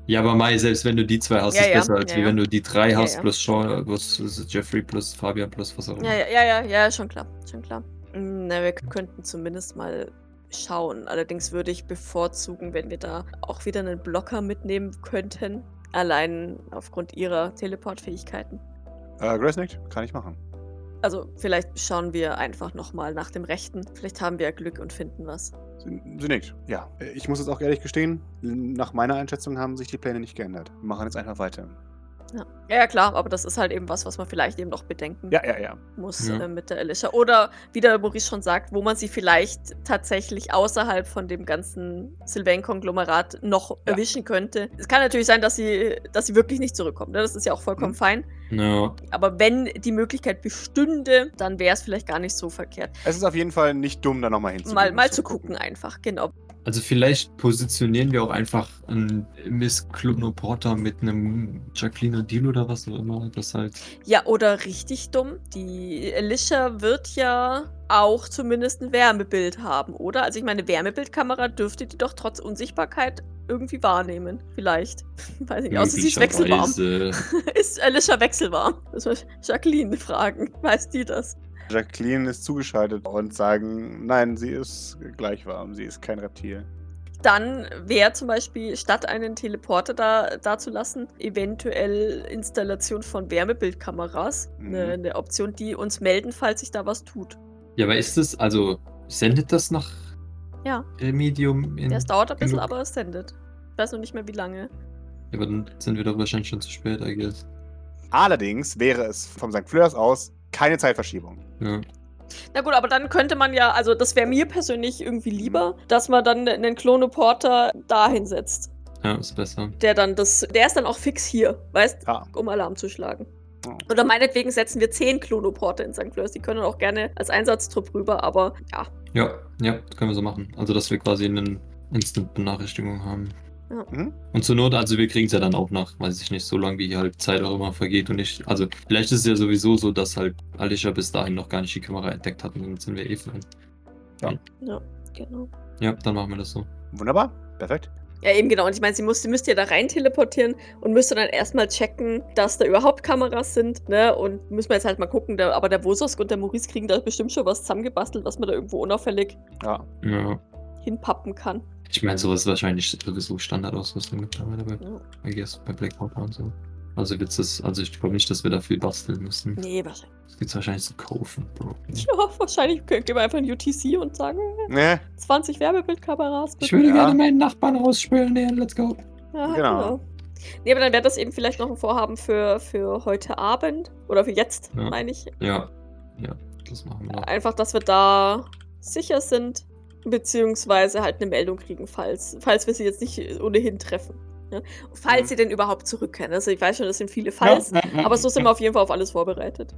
S4: Ja, aber Mai, selbst wenn du die zwei hast,
S3: Ja,
S4: ist
S3: ja,
S4: besser, als
S3: ja,
S4: wie
S3: ja.
S4: wenn du die drei
S3: Ja,
S4: hast,
S3: ja.
S4: plus Sean, plus äh, Jeffrey, plus Fabian, plus was auch immer.
S3: Ja, ja, ja, ja, ja, schon klar, schon klar. Mm, Na, wir könnten zumindest mal schauen. Allerdings würde ich bevorzugen, wenn wir da auch wieder einen Blocker mitnehmen könnten. Allein aufgrund ihrer Teleportfähigkeiten.
S2: Äh, Grace nickt. Kann ich machen.
S3: Also vielleicht schauen wir einfach nochmal nach dem Rechten. Vielleicht haben wir ja Glück und finden was.
S2: Sie, sie nickt. Ja. Äh, Ich muss jetzt auch ehrlich gestehen, nach meiner Einschätzung haben sich die Pläne nicht geändert. Wir machen jetzt einfach weiter.
S3: Ja, ja, ja, klar, aber das ist halt eben was, was man vielleicht eben noch bedenken
S2: Ja, ja, ja.
S3: muss
S4: Ja.
S3: äh, mit der Alicia. Oder wie der Maurice schon sagt, wo man sie vielleicht tatsächlich außerhalb von dem ganzen Sylvain-Konglomerat noch erwischen könnte. Es kann natürlich sein, dass sie, dass sie wirklich nicht zurückkommt. Ne? Das ist ja auch vollkommen
S2: Mhm.
S3: fein.
S4: Ja.
S3: Aber wenn die Möglichkeit bestünde, dann wäre es vielleicht gar nicht so verkehrt.
S2: Es ist auf jeden Fall nicht dumm, da nochmal hinzugehen.
S3: mal
S2: und
S3: mal zu gucken. einfach, genau.
S4: Also vielleicht positionieren wir auch einfach einen Miss Clunoporter mit einem Jacqueline Deal oder was auch immer. Das halt.
S3: Ja, oder richtig dumm. Die Alicia wird ja auch zumindest ein Wärmebild haben, oder? Also ich meine, Wärmebildkamera dürfte die doch trotz Unsichtbarkeit irgendwie wahrnehmen. Vielleicht. Weiß nicht, außer sie ist wechselwarm.
S4: möglicherweise-
S3: Ist Alicia wechselwarm? Das muss Jacqueline fragen. Weiß die das?
S2: Jacqueline ist zugeschaltet und sagen, nein, sie ist gleich warm. Sie ist kein Reptil.
S3: Dann wäre zum Beispiel, statt einen Teleporter da, da zu lassen, eventuell Installation von Wärmebildkameras
S2: Mhm.
S3: eine, eine Option, die uns melden, falls sich da was tut.
S4: Ja, aber ist das, also sendet das nach
S3: Ja.
S4: Remedium in.
S3: Ja, es dauert ein bisschen,
S4: genug.
S3: aber es sendet. Ich weiß noch nicht mehr, wie lange.
S4: Ja, aber dann sind wir doch wahrscheinlich schon zu spät, I guess.
S2: Allerdings wäre es vom St. Fleurs aus keine Zeitverschiebung.
S4: Ja.
S3: Na gut, aber dann könnte man ja, also das wäre mir persönlich irgendwie lieber, dass man dann einen Kloneporter da hinsetzt.
S4: ja, ist besser.
S3: Der dann das, der ist dann auch fix hier, weißt,
S2: Ja.
S3: um Alarm zu schlagen.
S2: Ja.
S3: Oder meinetwegen setzen wir zehn Klonoporter in St. Flörs. Die können auch gerne als Einsatztrupp rüber, aber ja.
S4: Ja, ja, das können wir so machen. Also, dass wir quasi eine Instant-Benachrichtigung haben.
S2: Mhm.
S4: Und zur Not, also wir kriegen es ja dann auch nach, weiß ich nicht, so lange wie hier halt Zeit auch immer vergeht und ich, also vielleicht ist es ja sowieso so, dass halt Alicia bis dahin noch gar nicht die Kamera entdeckt hat und dann sind wir eh fein.
S3: Ja, genau.
S4: Ja, dann machen wir das so.
S2: Wunderbar. Perfekt.
S3: Ja, eben genau. Und ich meine, sie, muss, sie müsste ja da rein teleportieren und müsste dann erstmal checken, dass da überhaupt Kameras sind, ne? Und müssen wir jetzt halt mal gucken. Der, aber der Wososk und der Maurice kriegen da bestimmt schon was zusammengebastelt, was man da irgendwo unauffällig
S2: Ja.
S4: Ja.
S3: hinpappen kann.
S4: Ich meine, sowas ist wahrscheinlich sowieso Standardausrüstung mittlerweile bei,
S3: Ja.
S4: I guess, bei Black Hawk und so. Also wird's das, also ich glaube nicht, dass wir da viel basteln müssen.
S3: Nee, wahrscheinlich.
S4: Das gibt's wahrscheinlich zu kaufen, Bro.
S3: Ja, wahrscheinlich gehen wir einfach in UTC und sagen,
S2: Ne?
S3: 20 Werbebildkameras.
S4: Ich
S3: bitte.
S4: würde
S2: Ja.
S4: gerne meinen Nachbarn rausspülen, nee, let's go.
S3: Ja,
S2: Genau.
S3: Nee, aber dann wäre das eben vielleicht noch ein Vorhaben für, für heute Abend oder für jetzt,
S4: Ja.
S3: meine ich.
S4: Ja, ja, das machen wir.
S3: Einfach, dass wir da sicher sind, beziehungsweise halt eine Meldung kriegen, falls, falls wir sie jetzt nicht ohnehin treffen. Ja? Falls
S2: Mhm.
S3: sie denn überhaupt zurückkehren. Also ich weiß schon, das sind viele Falls, aber so sind wir auf jeden Fall auf alles vorbereitet.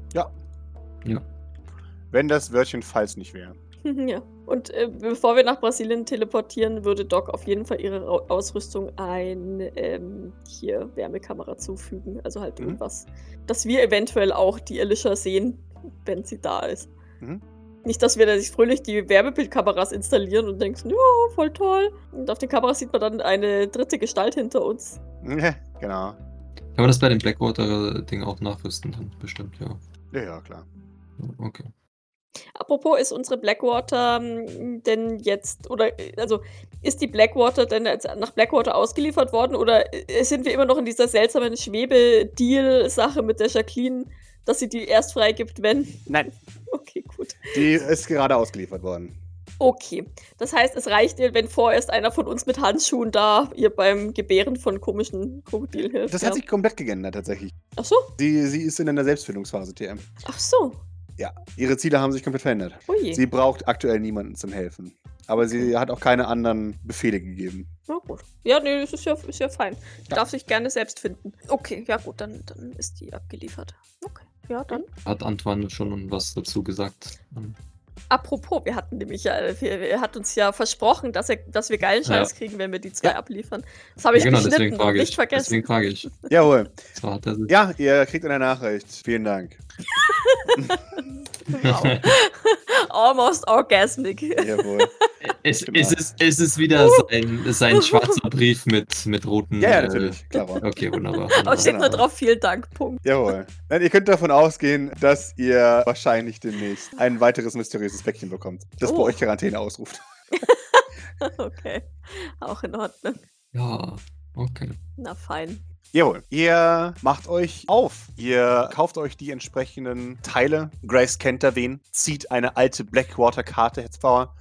S2: Wenn das Wörtchen falls nicht wäre.
S3: ja. Und äh, bevor wir nach Brasilien teleportieren, würde Doc auf jeden Fall ihre Au- Ausrüstung ein ähm, hier Wärmekamera zufügen. Also halt
S2: Mhm.
S3: irgendwas, dass wir eventuell auch die Alicia sehen, wenn sie da ist.
S2: Mhm.
S3: Nicht, dass wir da sich fröhlich die Wärmebildkameras installieren und denken, ja, voll toll. Und auf den Kameras sieht man dann eine dritte Gestalt hinter uns.
S2: Ne? Genau.
S4: Kann man das bei dem Blackwater-Ding auch nachrüsten dann? Bestimmt, ja.
S2: Ja, ja, klar.
S4: Okay.
S3: Apropos, ist unsere Blackwater ähm, denn jetzt, oder äh, also ist die Blackwater denn jetzt nach Blackwater ausgeliefert worden oder äh, sind wir immer noch in dieser seltsamen Schwebedeal-Sache mit der Jacqueline, dass sie die erst freigibt, wenn?
S2: Nein.
S3: Okay, gut.
S2: Die ist gerade ausgeliefert worden.
S3: Okay. Das heißt, es reicht dir, wenn vorerst einer von uns mit Handschuhen da ihr beim Gebären von komischen Krokodilen hilft.
S2: Das
S3: ja.
S2: hat sich komplett geändert tatsächlich.
S3: Ach so,
S2: Sie, sie ist in einer Selbstfindungsphase, TM.
S3: ach so.
S2: Ihre Ziele haben sich komplett verändert.
S3: Oh je.
S2: Sie braucht aktuell niemanden zum Helfen. Aber sie hat auch keine anderen Befehle gegeben.
S3: Na gut. Ja, nee, das ist ja, ist ja fein.
S4: Ja.
S3: Darf sich gerne selbst finden. Okay, ja gut, dann, dann ist die abgeliefert. Okay. Ja, dann.
S4: Hat Antoine schon was dazu gesagt?
S3: Apropos, wir hatten nämlich ja, wir, er hat uns ja versprochen, dass, er, dass wir geilen Scheiß kriegen, wenn wir die zwei
S4: Ja. genau,
S3: abliefern. Das habe ich geschnitten und nicht
S4: ich.
S3: vergessen.
S4: Deswegen frage ich.
S2: Jawohl.
S4: So hat er sich.
S2: Ja, ihr kriegt eine Nachricht. Vielen Dank.
S3: Wow. Almost orgasmic.
S2: Jawohl.
S4: Es,
S2: Genau.
S4: es, ist, es ist wieder sein, sein schwarzer Brief mit, mit roten.
S2: Uh. Ja, ja,
S4: äh,
S2: natürlich. Klar.
S4: Okay, wunderbar.
S3: Aber steht nur
S2: Genau.
S3: drauf, vielen Dank, Punkt.
S2: Jawohl. Nein, ihr könnt davon ausgehen, dass ihr wahrscheinlich demnächst ein weiteres mysteriöses Päckchen bekommt, das bei
S3: Oh.
S2: euch Quarantäne ausruft.
S3: Okay. Auch in Ordnung.
S4: Ja, okay.
S3: Na fein.
S2: Jawohl. Ihr macht euch auf. Ihr kauft euch die entsprechenden Teile. Grace kennt da wen, zieht eine alte Blackwater-Karte hervor.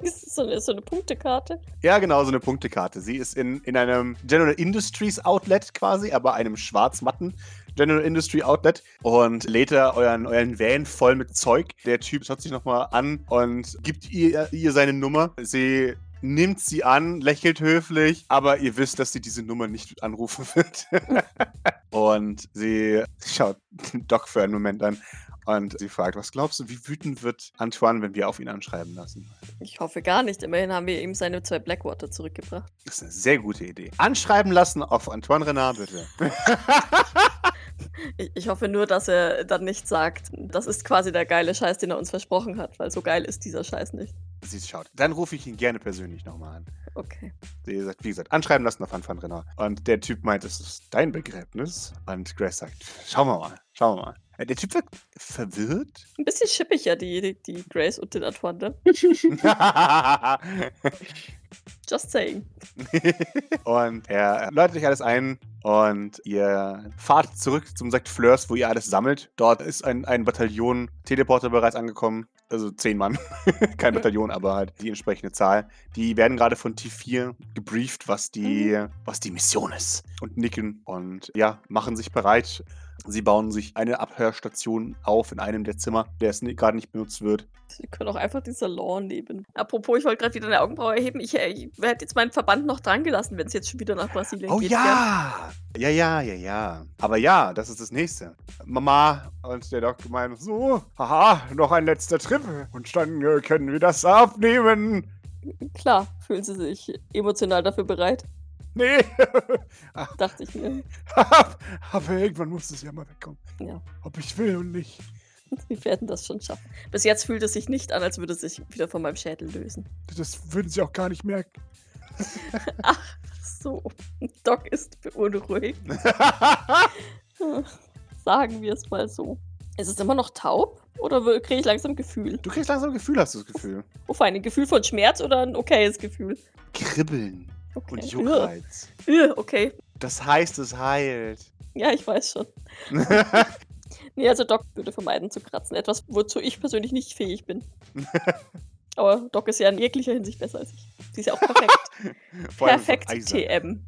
S3: Das ist so eine, so eine Punktekarte.
S2: Ja, genau, so eine Punktekarte. Sie ist in, in einem General Industries Outlet quasi, aber einem schwarz-matten General Industry Outlet und lädt da euren, euren Van voll mit Zeug. Der Typ schaut sich nochmal an und gibt ihr, ihr seine Nummer. Sie nimmt sie an, lächelt höflich, aber ihr wisst, dass sie diese Nummer nicht anrufen wird. und sie schaut Doc für einen Moment an und sie fragt, was glaubst du, wie wütend wird Antoine, wenn wir auf ihn anschreiben lassen?
S3: Ich hoffe gar nicht. Immerhin haben wir ihm seine zwei Blackwater zurückgebracht.
S2: Das ist eine sehr gute Idee. Anschreiben lassen auf Antoine Renard, bitte.
S3: Ich, ich hoffe nur, dass er dann nicht sagt, das ist quasi der geile Scheiß, den er uns versprochen hat, weil so geil ist dieser Scheiß nicht.
S2: Sie schaut. Dann rufe ich ihn gerne persönlich nochmal an.
S3: Okay.
S2: Sie sagt, wie gesagt, anschreiben lassen auf Antoine Renard. Und der Typ meint, es ist dein Begräbnis. Und Grace sagt, schauen wir mal, schauen wir mal. Äh, Der Typ wirkt verwirrt.
S3: Ein bisschen schippig ja die, die, die Grace und den Antoine, ne? Just saying.
S2: und er läutet euch alles ein und ihr fahrt zurück zum Sekt Fleurs, wo ihr alles sammelt. Dort ist ein, ein Bataillon Teleporter bereits angekommen. Also zehn Mann. Kein
S3: Mhm.
S2: Bataillon, aber halt die entsprechende Zahl. Die werden gerade von T4 gebrieft, was die, was die Mission ist. Und nicken und ja, machen sich bereit. Sie bauen sich eine Abhörstation auf in einem der Zimmer, der es ni- gerade nicht benutzt wird.
S3: Sie können auch einfach den Salon nehmen. Apropos, ich wollte gerade wieder eine Augenbraue erheben. Ich, äh, ich hätte jetzt meinen Verband noch dran gelassen, wenn es jetzt schon wieder nach Brasilien
S2: Oh
S3: geht.
S2: ja! Ja, ja, ja, ja. Aber ja, das ist das nächste. Mama und der Doc meinen so, haha, noch ein letzter Trip und dann äh, können wir das abnehmen.
S3: gell? Klar, fühlen Sie sich emotional dafür bereit,
S2: Nee,
S3: dachte ich mir.
S2: aber irgendwann muss es ja mal wegkommen.
S3: Ja.
S2: Ob ich will und nicht.
S3: Wir werden das schon schaffen. Bis jetzt fühlt es sich nicht an, als würde es sich wieder von meinem Schädel lösen.
S2: Das würden sie auch gar nicht merken.
S3: So, Doc ist beunruhigt. Sagen wir es mal so. Ist es immer noch taub oder kriege ich langsam ein Gefühl?
S2: du kriegst langsam ein Gefühl, hast du das Gefühl.
S3: Oh, fein, ein Gefühl von Schmerz oder ein okayes Gefühl?
S2: Kribbeln
S3: Okay.
S2: und Juckreiz.
S3: Ugh. Ugh, okay.
S2: Das heißt, es heilt.
S3: Ja, ich weiß schon. Nee, also Doc würde vermeiden zu kratzen. Etwas, wozu ich persönlich nicht fähig bin. Aber Doc ist ja in jeglicher Hinsicht besser als ich. Sie ist ja auch perfekt.
S2: Vor allem so
S3: perfekt
S2: eisern.
S3: TM.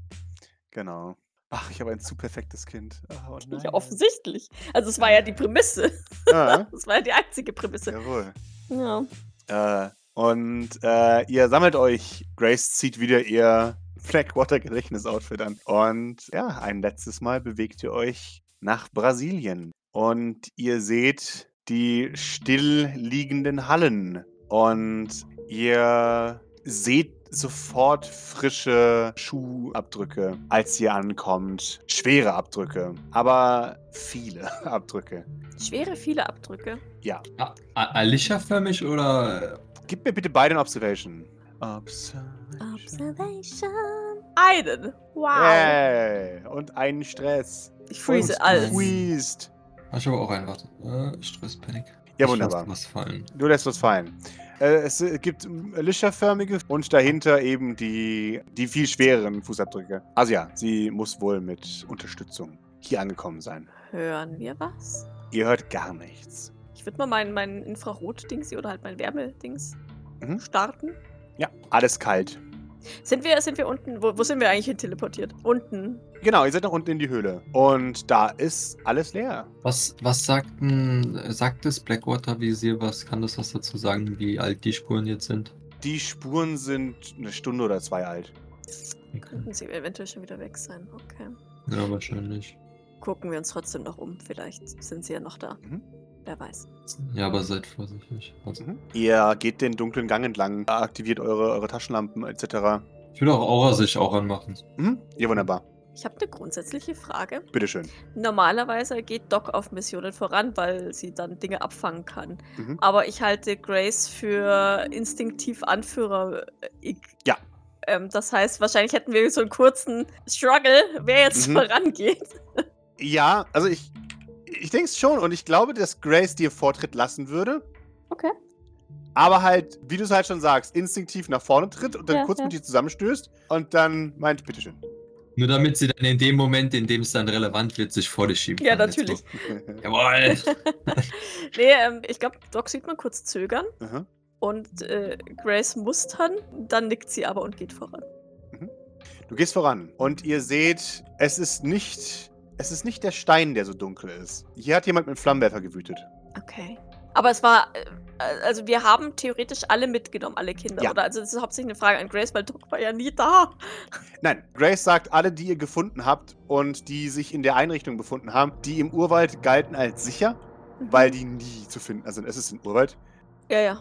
S2: Genau. Ach, ich habe ein zu perfektes Kind. Oh, nein.
S3: Ja, offensichtlich. Also es war ja die Prämisse.
S2: Ah,
S3: Es war ja die einzige Prämisse.
S2: jawohl.
S3: Ja.
S2: Äh, und äh, ihr sammelt euch. Grace zieht wieder ihr Blackwater-Gedächtnis-Outfit an. Und ja, ein letztes Mal bewegt ihr euch nach Brasilien. Und ihr seht die still liegenden Hallen. Und ihr seht sofort frische Schuhabdrücke, als ihr ankommt. Schwere Abdrücke, aber viele Abdrücke.
S3: Schwere, viele Abdrücke.
S4: A- A- Alicia für mich oder. äh,
S2: Gib mir bitte beide eine Observation. Observation.
S3: Observation. Einen. Wow.
S2: Yay. Und einen Stress.
S3: Ich freeze
S4: Und
S3: alles.
S4: Ui.
S2: Squeezed.
S4: Ach, Ich habe auch einen, warte. Äh, Stress, Panik.
S2: Ja,
S4: Ich
S2: wunderbar.
S4: lass Was fallen.
S2: Du lässt was fallen. Äh, Es äh, gibt mm, Lischerförmige und dahinter eben die, die viel schwereren Fußabdrücke. Also ja, sie muss wohl mit Unterstützung hier angekommen sein.
S3: Hören wir was?
S2: Ihr hört gar nichts.
S3: Ich würde mal mein, mein Infrarot-Dings hier oder halt mein Wärmedings
S2: Mhm.
S3: starten?
S2: Ja, alles kalt.
S3: Sind wir, sind wir unten? Wo, wo sind wir eigentlich hin teleportiert? Unten.
S2: Genau, ihr seid noch unten in die Höhle. Und da ist alles leer.
S4: Was, was sagt, denn- sagt das Blackwater-Visier? Was kann das was dazu sagen, wie alt die Spuren jetzt sind?
S2: Die Spuren sind eine Stunde oder zwei alt.
S3: Könnten sie eventuell schon wieder weg sein. Okay.
S4: Ja, wahrscheinlich.
S3: Gucken wir uns trotzdem noch um. Vielleicht sind sie ja noch da.
S2: Mhm.
S3: Wer weiß.
S4: Ja, aber seid vorsichtig. Also,
S2: Ihr geht den dunklen Gang entlang, aktiviert eure, eure Taschenlampen etc.
S4: ich will auch Aura sich auch anmachen.
S2: Mhm. Ja, wunderbar.
S3: Ich habe eine grundsätzliche Frage.
S2: Bitteschön.
S3: Normalerweise geht Doc auf Missionen voran, weil sie dann Dinge abfangen kann.
S2: Mhm.
S3: Aber ich halte Grace für instinktiv Anführer. äh, ich-
S2: Ja.
S3: Ähm, das heißt, wahrscheinlich hätten wir so einen kurzen Struggle, wer jetzt
S2: Mhm.
S3: vorangeht.
S2: Ja, also ich, ich denke es schon und ich glaube, dass Grace dir Vortritt lassen würde.
S3: Okay.
S2: Aber halt, wie du es halt schon sagst, instinktiv nach vorne tritt und dann
S3: Ja,
S2: kurz
S3: ja.
S2: mit dir zusammenstößt und dann meint, bitteschön.
S4: Nur damit sie dann in dem Moment, in dem es dann relevant wird, sich vor dich schieben.
S3: Ja,
S4: kann. Let's
S3: natürlich.
S4: go. Jawohl.
S3: Nee, ähm, ich glaube, Doc sieht man kurz zögern
S2: Aha.
S3: und äh, Grace mustern. Dann nickt sie aber und geht voran.
S2: Du gehst voran und ihr seht, es ist nicht, es ist nicht der Stein, der so dunkel ist. Hier hat jemand mit einem Flammenwerfer gewütet.
S3: Okay. Aber es war. äh, Also, wir haben theoretisch alle mitgenommen, alle Kinder,
S2: Ja.
S3: oder? Also, das ist hauptsächlich eine Frage an Grace, weil Doc war ja nie da.
S2: Nein, Grace sagt, alle, die ihr gefunden habt und die sich in der Einrichtung befunden haben, die im Urwald galten als sicher, weil die nie zu finden sind. Es ist ein Urwald.
S3: Ja, ja.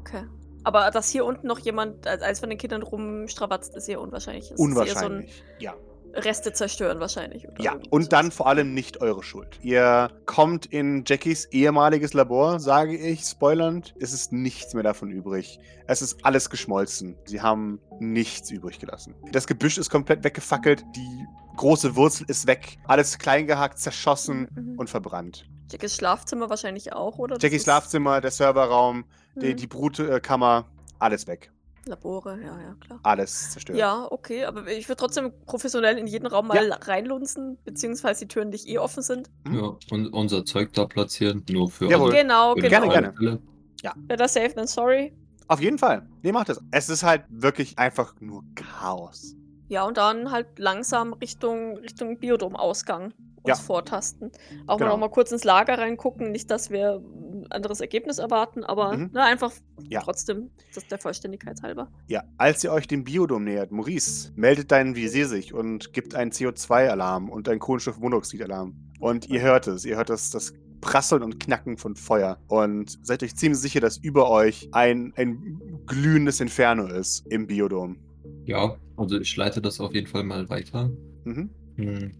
S3: Okay. Aber dass hier unten noch jemand als eines von den Kindern rumstrabatzt, ist eher unwahrscheinlich. Es Ist
S2: Unwahrscheinlich. Ja.
S3: eher so ein Reste zerstören wahrscheinlich. Oder
S2: Ja,
S3: irgendwie
S2: und dann
S3: sowas.
S2: vor allem nicht eure Schuld. Ihr kommt in Jackies ehemaliges Labor, sage ich, spoilernd. Es ist nichts mehr davon übrig. Es ist alles geschmolzen. Sie haben nichts übrig gelassen. Das Gebüsch ist komplett weggefackelt. Die große Wurzel ist weg. Alles klein gehackt, zerschossen
S3: Mhm.
S2: und verbrannt.
S3: Jackys Schlafzimmer wahrscheinlich auch, oder? Das
S2: Jackies
S3: ist-
S2: Schlafzimmer, der Serverraum, die,
S3: Mhm.
S2: die Brutkammer, alles weg.
S3: Labore, ja, ja, klar.
S2: Alles zerstört.
S3: Ja, okay, aber ich würde trotzdem professionell in jeden Raum mal reinlunzen, beziehungsweise die Türen nicht eh offen sind.
S2: Mhm.
S4: ja, und unser Zeug da platzieren, nur für
S2: Jawohl.
S4: alle.
S3: Genau,
S4: Für
S3: genau.
S2: Gerne,
S4: alle
S2: gerne.
S4: Fälle.
S3: Wer das safe, dann sorry.
S2: Auf jeden Fall. Nee, macht das. Es ist halt wirklich einfach nur Chaos.
S3: Ja, und dann halt langsam Richtung, Richtung Biodom-Ausgang uns
S2: Ja.
S3: vortasten. Auch mal
S2: Genau.
S3: noch mal kurz ins Lager reingucken. Nicht, dass wir ein anderes Ergebnis erwarten, aber
S2: Mhm.
S3: ne, einfach
S2: Ja.
S3: trotzdem, das der Vollständigkeit halber.
S2: Ja, als ihr euch dem Biodom nähert, Maurice, meldet deinen Visier sich und gibt einen CO2-Alarm und einen Kohlenstoffmonoxid-Alarm. Und ihr hört es, ihr hört das, das Prasseln und Knacken von Feuer und seid euch ziemlich sicher, dass über euch ein, ein glühendes Inferno ist im Biodom.
S4: Ja, also ich leite das auf jeden Fall mal weiter.
S2: Mhm.
S4: Hm.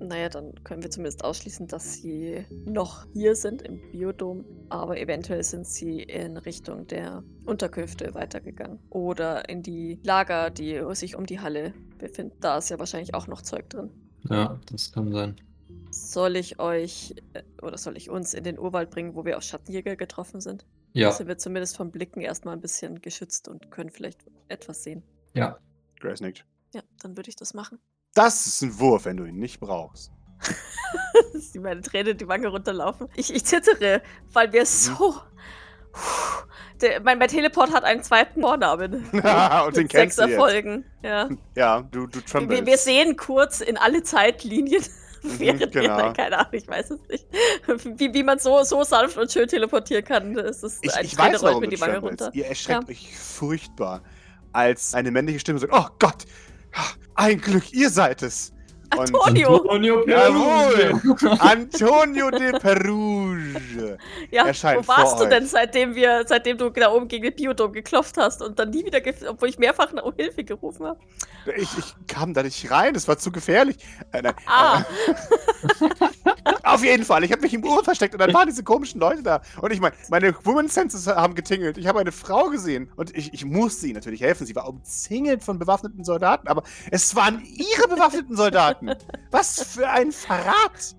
S3: Naja, dann können wir zumindest ausschließen, dass sie noch hier sind im Biodom, aber eventuell sind sie in Richtung der Unterkünfte weitergegangen oder in die Lager, die sich um die Halle befinden. Da ist ja wahrscheinlich auch noch Zeug drin.
S4: Ja, das kann sein.
S3: Soll ich euch äh, oder soll ich uns in den Urwald bringen, wo wir auf Schattenjäger getroffen sind?
S4: Ja,
S3: Sind wir zumindest vom Blicken erstmal ein bisschen geschützt und können vielleicht etwas sehen.
S4: ja.
S2: Grace nickt.
S3: Ja, dann würde ich das machen.
S2: Das ist ein Wurf, wenn du ihn nicht brauchst.
S3: Dass die meine Tränen die Wange runterlaufen. Ich, ich zittere, weil
S2: Mhm.
S3: wir so. Puh. Der, mein, mein Teleport hat einen zweiten Vornamen.
S2: und den
S3: Mit sechs
S2: kennst du jetzt.
S3: Erfolgen. Ja.
S2: Ja, du, du
S3: Wir,
S2: tremblest.
S3: wir sehen kurz in alle Zeitlinien.
S2: Mhm,
S3: Während wir,
S2: genau.
S3: nein, keine Ahnung, ich weiß es nicht. Wie, wie man so, so sanft und schön teleportieren kann, das ist
S2: Ich,
S3: ein
S2: ich
S3: Träne
S2: weiß,
S3: rollt
S2: warum
S3: mir
S2: du
S3: die Wange
S2: tremblest.
S3: runter.
S2: Ihr erschreckt euch furchtbar, als eine männliche Stimme sagt, oh Gott, ein Glück, ihr seid es. Und-
S3: Antonio!
S4: Antonio
S2: Jawohl! Antonio de Perugia.
S3: Ja,
S2: erscheint
S3: wo warst
S2: vor
S3: du denn,
S2: euch.
S3: seitdem wir, seitdem du da oben gegen den Biodom geklopft hast und dann nie wieder, gef- obwohl ich mehrfach nach um Hilfe gerufen habe?
S2: Ich, ich kam da nicht rein, es war zu gefährlich. Äh, nein.
S3: Ah,
S2: Auf jeden Fall, ich habe mich im Urwald versteckt und dann waren diese komischen Leute da. Und ich meine, meine Woman Senses haben getingelt. Ich habe eine Frau gesehen und ich, ich musste ihr natürlich helfen. Sie war umzingelt von bewaffneten Soldaten, aber es waren ihre bewaffneten Soldaten. Was für ein Verrat!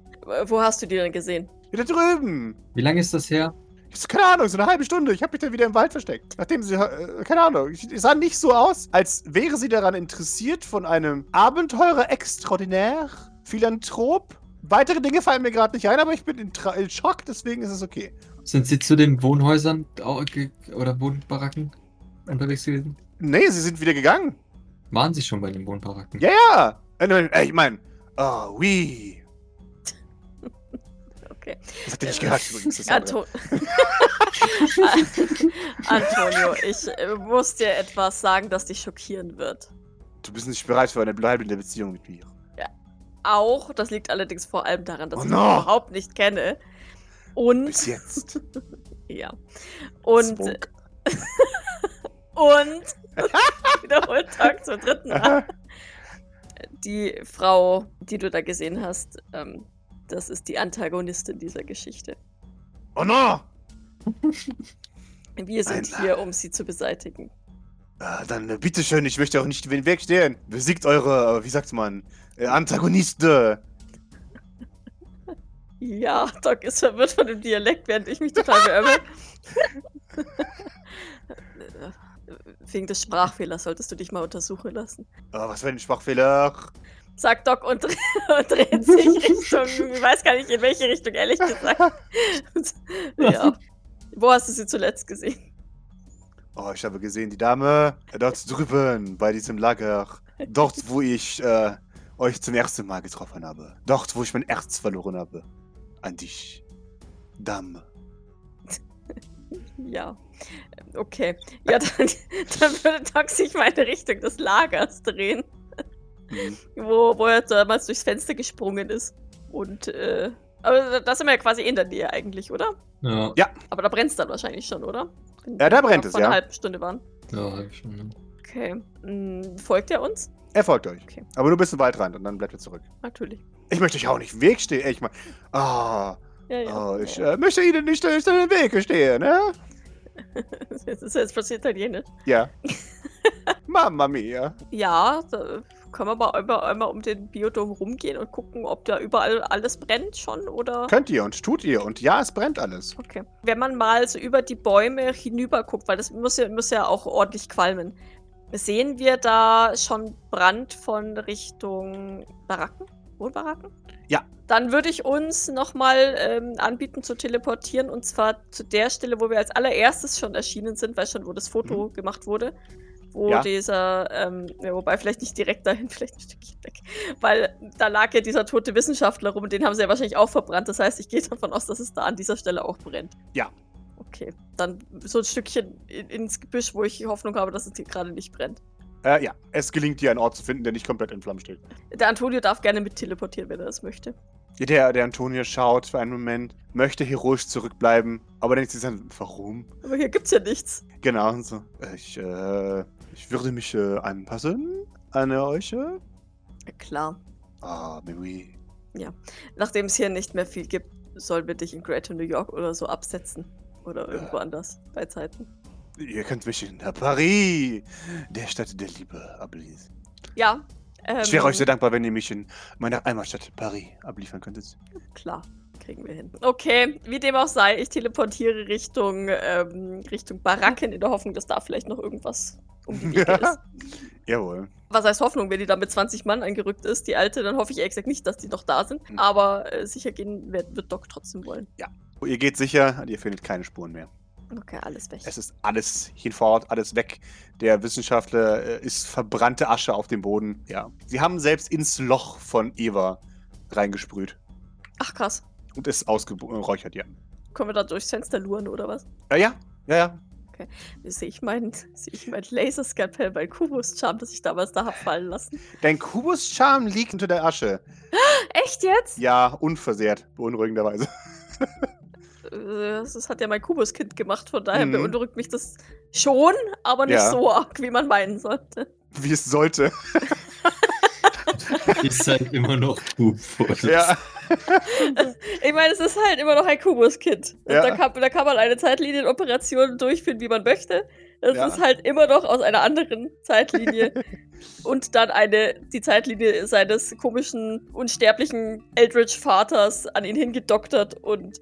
S3: wo hast du die denn gesehen?
S2: Ja, Da drüben!
S4: Wie lange ist das her?
S2: Ich so, keine Ahnung, so eine halbe Stunde. Ich habe mich dann wieder im Wald versteckt. Nachdem sie, äh, keine Ahnung, ich, ich sah nicht so aus, als wäre sie daran interessiert, von einem Abenteurer extraordinaire, Philanthrop. Weitere Dinge fallen mir gerade nicht ein, aber ich bin in, Tra in Schock, deswegen ist es okay.
S4: Sind sie zu den Wohnhäusern au- ge- oder Wohnbaracken? unterwegs gewesen?
S2: Nee, sie sind wieder gegangen.
S4: Waren sie schon bei den Wohnbaracken?
S2: Ja, ja. Äh, Ich meine, oh, oui.
S3: Okay.
S2: Das habt ihr nicht gehört übrigens. Das andere.
S3: Anto Antonio, ich äh, muss dir etwas sagen, das dich schockieren wird.
S2: du bist nicht bereit für eine bleibende Beziehung mit mir.
S3: Auch, das liegt allerdings vor allem daran, dass
S2: Oh
S3: ich
S2: no.
S3: dich überhaupt nicht kenne. Und,
S2: Bis jetzt.
S3: ja. Und,
S2: Zwunk.
S3: und, wiederholt Tag zum dritten Mal.
S2: Aha.
S3: Die Frau, die du da gesehen hast, ähm, das ist die Antagonistin dieser Geschichte.
S2: oh no!
S3: Wir sind
S2: Ein-
S3: hier, um sie zu beseitigen.
S2: Äh, dann äh, bitteschön, ich möchte auch nicht im Weg stehen. Besiegt eure, äh, wie sagt man, äh, Antagoniste.
S3: Ja, Doc ist verwirrt von dem Dialekt, während ich mich total beömmel. Wegen des Sprachfehlers solltest du dich mal untersuchen lassen.
S2: Äh, was für ein Sprachfehler.
S3: Sagt Doc und, dre und dreht sich Richtung, ich weiß gar nicht in welche Richtung, ehrlich gesagt. ja. Wo hast du sie zuletzt gesehen?
S2: Oh, ich habe gesehen, die Dame äh, dort drüben bei diesem Lager. Dort, wo ich äh, euch zum ersten Mal getroffen habe. Dort, wo ich mein Herz verloren habe. An dich. Dame.
S3: Ja. Okay. Ja, dann, dann würde Doc sich mal in Richtung des Lagers drehen.
S2: Mhm.
S3: wo, wo er damals durchs Fenster gesprungen ist. Und, äh, aber da- da sind wir ja quasi in der Nähe eigentlich, oder?
S4: Ja,
S3: Aber da brennt es dann wahrscheinlich schon, oder? Wenn
S2: Ja, Äh, da
S3: wir
S2: brennt
S3: noch
S2: es,
S3: vor einer
S2: ja.
S3: halben Stunde waren.
S4: ja hab ich schon. Ne?
S3: Okay. Mm, folgt er uns?
S2: Er folgt euch.
S3: Okay.
S2: Aber nur bis zum Waldrand und dann bleibt er zurück.
S3: Natürlich.
S2: Ich möchte euch auch nicht im Weg stehen. Ich mein, ah,
S3: Ja, ja.
S2: ah, ich
S3: ja.
S2: äh, möchte ihnen nicht äh, in den Weg stehen, ne?
S3: Das ist jetzt fast Italienisch.
S2: Ja. Mamma mia.
S3: Ja, da können wir mal einmal, einmal um den Biodom rumgehen und gucken, ob da überall alles brennt schon oder.
S2: Könnt ihr und tut ihr und ja, es brennt alles.
S3: Okay. Wenn man mal so über die Bäume hinüber guckt, weil das muss ja, muss ja auch ordentlich qualmen, sehen wir da schon Brand von Richtung Baracken? Wohnbaracken?
S2: Ja.
S3: Dann würde ich uns nochmal ähm, anbieten zu teleportieren und zwar zu der Stelle, wo wir als allererstes schon erschienen sind, weil schon wo das Foto gemacht wurde. Wo
S2: Mhm. Ja.
S3: dieser, ähm, ja, wobei vielleicht nicht direkt dahin, vielleicht ein Stückchen weg. Weil da lag ja dieser tote Wissenschaftler rum und den haben sie ja wahrscheinlich auch verbrannt. Das heißt, ich gehe davon aus, dass es da an dieser Stelle auch brennt.
S2: Ja.
S3: Okay, dann so ein Stückchen in, ins Gebüsch, wo ich die Hoffnung habe, dass es hier gerade nicht brennt.
S2: Äh, ja, es gelingt dir einen Ort zu finden, der nicht komplett in Flammen steht.
S3: Der Antonio darf gerne mit teleportieren, wenn er das möchte.
S2: Der, der Antonio schaut für einen Moment, möchte heroisch zurückbleiben, aber denkt sich dann, warum?
S3: Aber hier gibt's ja nichts.
S2: Genau, und so. Ich, äh, ich würde mich äh, anpassen an euch. äh.
S3: Klar.
S2: Ah, Mimi.
S3: Nachdem es hier nicht mehr viel gibt, sollen wir dich in Greater New York oder so absetzen. Oder irgendwo anders, bei Zeiten.
S2: Ihr könnt mich in Paris, der Stadt der Liebe, ablesen.
S3: Ja. Ähm,
S2: ich wäre euch sehr dankbar, wenn ihr mich in meiner Heimatstadt Paris abliefern könntet.
S3: Klar, kriegen wir hin. Okay, wie dem auch sei, ich teleportiere Richtung, ähm, Richtung Baracken in der Hoffnung, dass da vielleicht noch irgendwas um die Ecke ist.
S2: Jawohl.
S3: Was heißt Hoffnung, wenn die da mit 20 Mann angerückt ist, die alte, dann hoffe ich ehrlich gesagt nicht, dass die noch da sind.
S2: Hm.
S3: Aber äh, sicher gehen wird, wird Doc trotzdem wollen.
S2: Ihr geht sicher und ihr findet keine Spuren mehr.
S3: Okay, alles weg.
S2: Es ist alles hinfort, alles weg. Der Wissenschaftler äh, ist verbrannte Asche auf dem Boden. Ja. Sie haben selbst ins Loch von Eva reingesprüht
S3: Ach krass,
S2: und ist ausgeräuchert, ja.
S3: können wir da durchs Fenster luren oder was?
S2: Ja, ja, ja, ja.
S3: Sehe ich meinen sehe ich mein Laserskalpell, mein Kubus-Charm, das ich damals da hab fallen lassen.
S2: Dein Kubus-Charme liegt unter der Asche.
S3: Echt jetzt?
S2: Ja, unversehrt, beunruhigenderweise.
S3: Äh, Das hat ja mein Kubus-Kind gemacht, von daher
S2: Mhm.
S3: beunruhigt mich das schon, aber nicht
S2: Ja.
S3: so arg, wie man meinen sollte.
S2: Wie es sollte.
S4: Ist halt immer noch gut vor.
S2: Ja.
S3: Ich meine, es ist halt immer noch ein Kubus-Kind. Und
S2: Ja.
S3: Da, kann, da kann man eine Zeitlinienoperation durchführen, wie man möchte. Das
S2: Ja.
S3: ist halt immer noch aus einer anderen Zeitlinie. und dann eine, die Zeitlinie seines komischen, unsterblichen Eldritch-Vaters an ihn hingedoktert. Und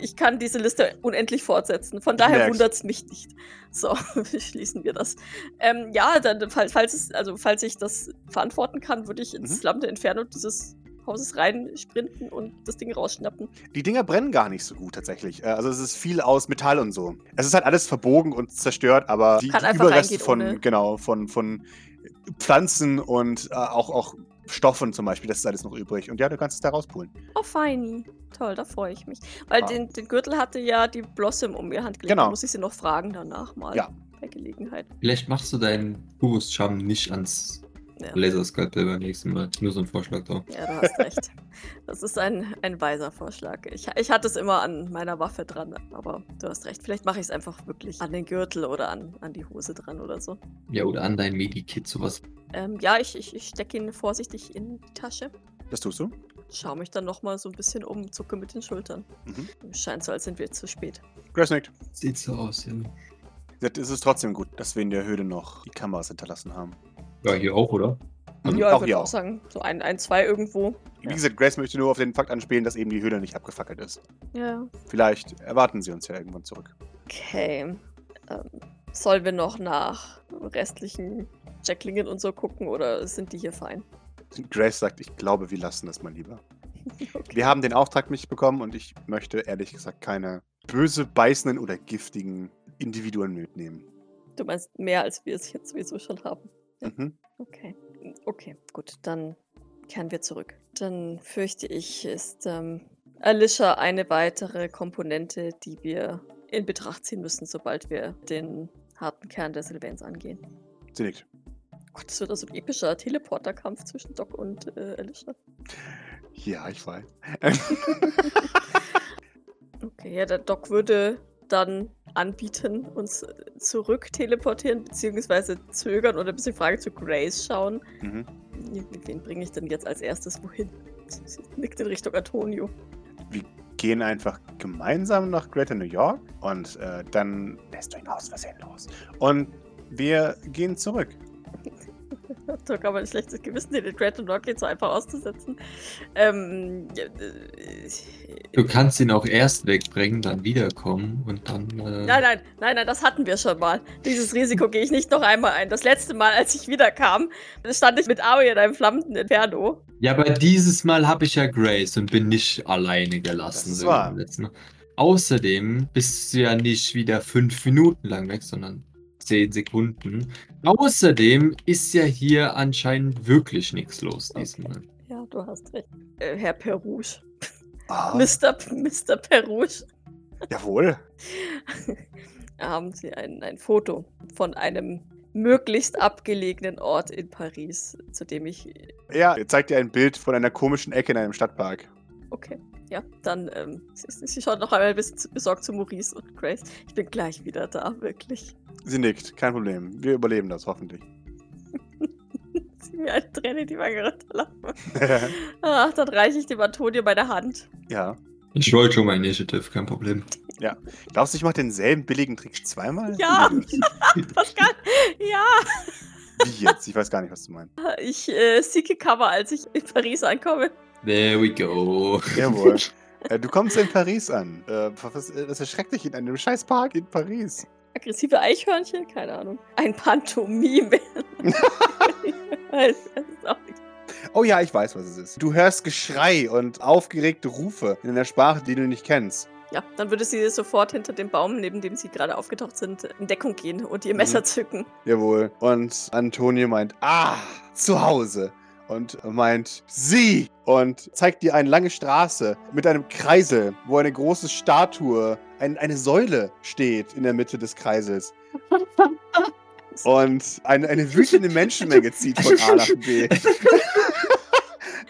S3: ich kann diese Liste unendlich fortsetzen. Von daher
S2: merk's.
S3: wundert es mich nicht. So, schließen wir das. Ähm, ja, dann, fall- falls, es, also, falls ich das verantworten kann, würde ich ins
S2: Mhm.
S3: flammende Inferno dieses Hauses rein sprinten und das Ding rausschnappen.
S2: Die Dinger brennen gar nicht so gut tatsächlich. Äh, Also es ist viel aus Metall und so. Es ist halt alles verbogen und zerstört, aber die,
S3: Kann
S2: die
S3: einfach
S2: Überreste
S3: reingehen
S2: von,
S3: ohne.
S2: genau, von, von Pflanzen und äh, auch, auch Stoffen zum Beispiel, das ist alles noch übrig. Und ja, du kannst es da rauspulen.
S3: Oh, feini. Toll, da freue ich mich. Weil
S2: Ah.
S3: den, den Gürtel hatte ja die Blossom um ihr Hand gelegt.
S2: Genau.
S3: Da muss ich sie noch fragen danach mal.
S2: Ja.
S3: Bei Gelegenheit.
S4: Vielleicht machst du deinen Kubus-Charme nicht ans
S3: Ja.
S4: Laserskalpell beim nächsten Mal. Nur so ein Vorschlag da.
S3: Ja, du hast recht. Das ist ein, ein weiser Vorschlag. Ich, ich hatte es immer an meiner Waffe dran, aber du hast recht. Vielleicht mache ich es einfach wirklich an den Gürtel oder an, an die Hose dran oder so.
S4: Ja, oder an dein Medikit, sowas.
S3: Ähm, ja, ich, ich, ich stecke ihn vorsichtig in die Tasche.
S2: Das tust du?
S3: Schau mich dann nochmal so ein bisschen um, zucke mit den Schultern.
S2: Mhm.
S3: Scheint so, als sind wir zu spät.
S2: Grace nickt.
S4: Sieht so aus, ja.
S2: Es ist trotzdem gut, dass wir in der Höhle noch die Kameras hinterlassen haben.
S4: Ja, hier auch, oder?
S2: Mhm.
S3: Ja, ich
S2: auch
S3: würde
S2: hier
S3: auch
S2: auch.
S3: sagen, so ein, ein, zwei irgendwo.
S2: Wie gesagt, Grace möchte nur auf den Fakt anspielen, dass eben die Höhle nicht abgefackelt ist.
S3: Ja.
S2: Vielleicht erwarten sie uns ja irgendwann zurück.
S3: Okay. Ähm, sollen wir noch nach restlichen Jacklingen und so gucken oder sind die hier fein?
S2: Grace sagt, ich glaube, wir lassen das mal lieber.
S3: Okay.
S2: Wir haben den Auftrag nicht bekommen und ich möchte ehrlich gesagt keine böse, beißenden oder giftigen Individuen mitnehmen.
S3: Du meinst mehr, als wir es jetzt sowieso schon haben. Ja.
S2: Mhm.
S3: Okay. Okay, gut, dann kehren wir zurück. Dann fürchte ich, ist ähm, Alicia eine weitere Komponente, die wir in Betracht ziehen müssen, sobald wir den harten Kern der Sylvains angehen.
S2: Sie nickt.
S3: Gott, das wird also ein epischer Teleporterkampf zwischen Doc und äh, Alicia.
S2: Ja, ich weiß.
S3: Okay, ja, der Doc würde dann anbieten, uns äh, zurück teleportieren, beziehungsweise zögern oder ein bisschen Frage zu Grace schauen.
S2: Mhm.
S3: Wen bringe ich denn jetzt als erstes wohin? Sie nickt in Richtung Antonio.
S2: Gehen einfach gemeinsam nach Greater New York und äh, dann lässt du ihn aus Versehen los. Und wir gehen zurück.
S3: Doc aber ein schlechtes Gewissen, den Dread und Rocket so einfach auszusetzen. Ähm, ja, äh,
S4: Du kannst ihn auch erst wegbringen, dann wiederkommen und dann. Äh,
S3: nein, nein, nein, nein, das hatten wir schon mal. Dieses Risiko gehe ich nicht noch einmal ein. Das letzte Mal, als ich wiederkam, stand ich mit Ari in einem flammenden Inferno.
S4: Ja, aber dieses Mal habe ich ja Grace und bin nicht alleine gelassen.
S2: Das ist
S4: so wie beim
S2: wahr.
S4: letzten Mal. Außerdem bist du ja nicht wieder fünf Minuten lang weg, sondern zehn Sekunden. Außerdem ist ja hier anscheinend wirklich nichts los diesmal.
S3: Ja, du hast recht. Äh, Herr Perouche.
S2: Ah,
S3: Mr. P- Mr. Perouche.
S2: jawohl.
S3: Haben Sie ein, ein Foto von einem möglichst abgelegenen Ort in Paris, zu dem ich
S2: Ja, er zeigt dir ein Bild von einer komischen Ecke in einem Stadtpark.
S3: Okay, ja, dann, ähm, sie, sie schaut noch einmal ein bisschen zu- besorgt zu Maurice und Grace. Ich bin gleich wieder da, wirklich.
S2: Sie nickt. Kein Problem. Wir überleben das hoffentlich.
S3: Sie mir eine Träne in die Wange runterlaufen. Ach, dann reiche ich dem Antonio meine Hand.
S2: ja.
S4: Ich wollte schon mal Initiative, kein Problem.
S2: Glaubst du, ich mache denselben billigen Trick zweimal?
S3: Ja.
S2: Wie jetzt?
S3: Pascal, ja!
S2: Wie jetzt? Ich weiß gar nicht, was du meinst.
S3: Ich äh, seeke Cover, als ich in Paris ankomme.
S4: There we go.
S2: Jawohl. Äh, Du kommst in Paris an. Äh, was, äh, das erschreckt dich in einem scheiß Park in Paris.
S3: Aggressive Eichhörnchen? Keine Ahnung. Ein Pantomime. ich weiß es auch nicht.
S2: Oh ja, ich weiß, was es ist. Du hörst Geschrei und aufgeregte Rufe in einer Sprache, die du nicht kennst.
S3: Ja, dann würde sie sofort hinter dem Baum, neben dem sie gerade aufgetaucht sind, in Deckung gehen und ihr Messer
S2: Mhm.
S3: zücken.
S2: Jawohl. Und Antonio meint, ah, zu Hause. Und meint, sie. Und zeigt dir eine lange Straße mit einem Kreisel, wo eine große Statue, ein, eine Säule steht in der Mitte des Kreisels. Und eine, eine wütende Menschenmenge zieht von A nach B.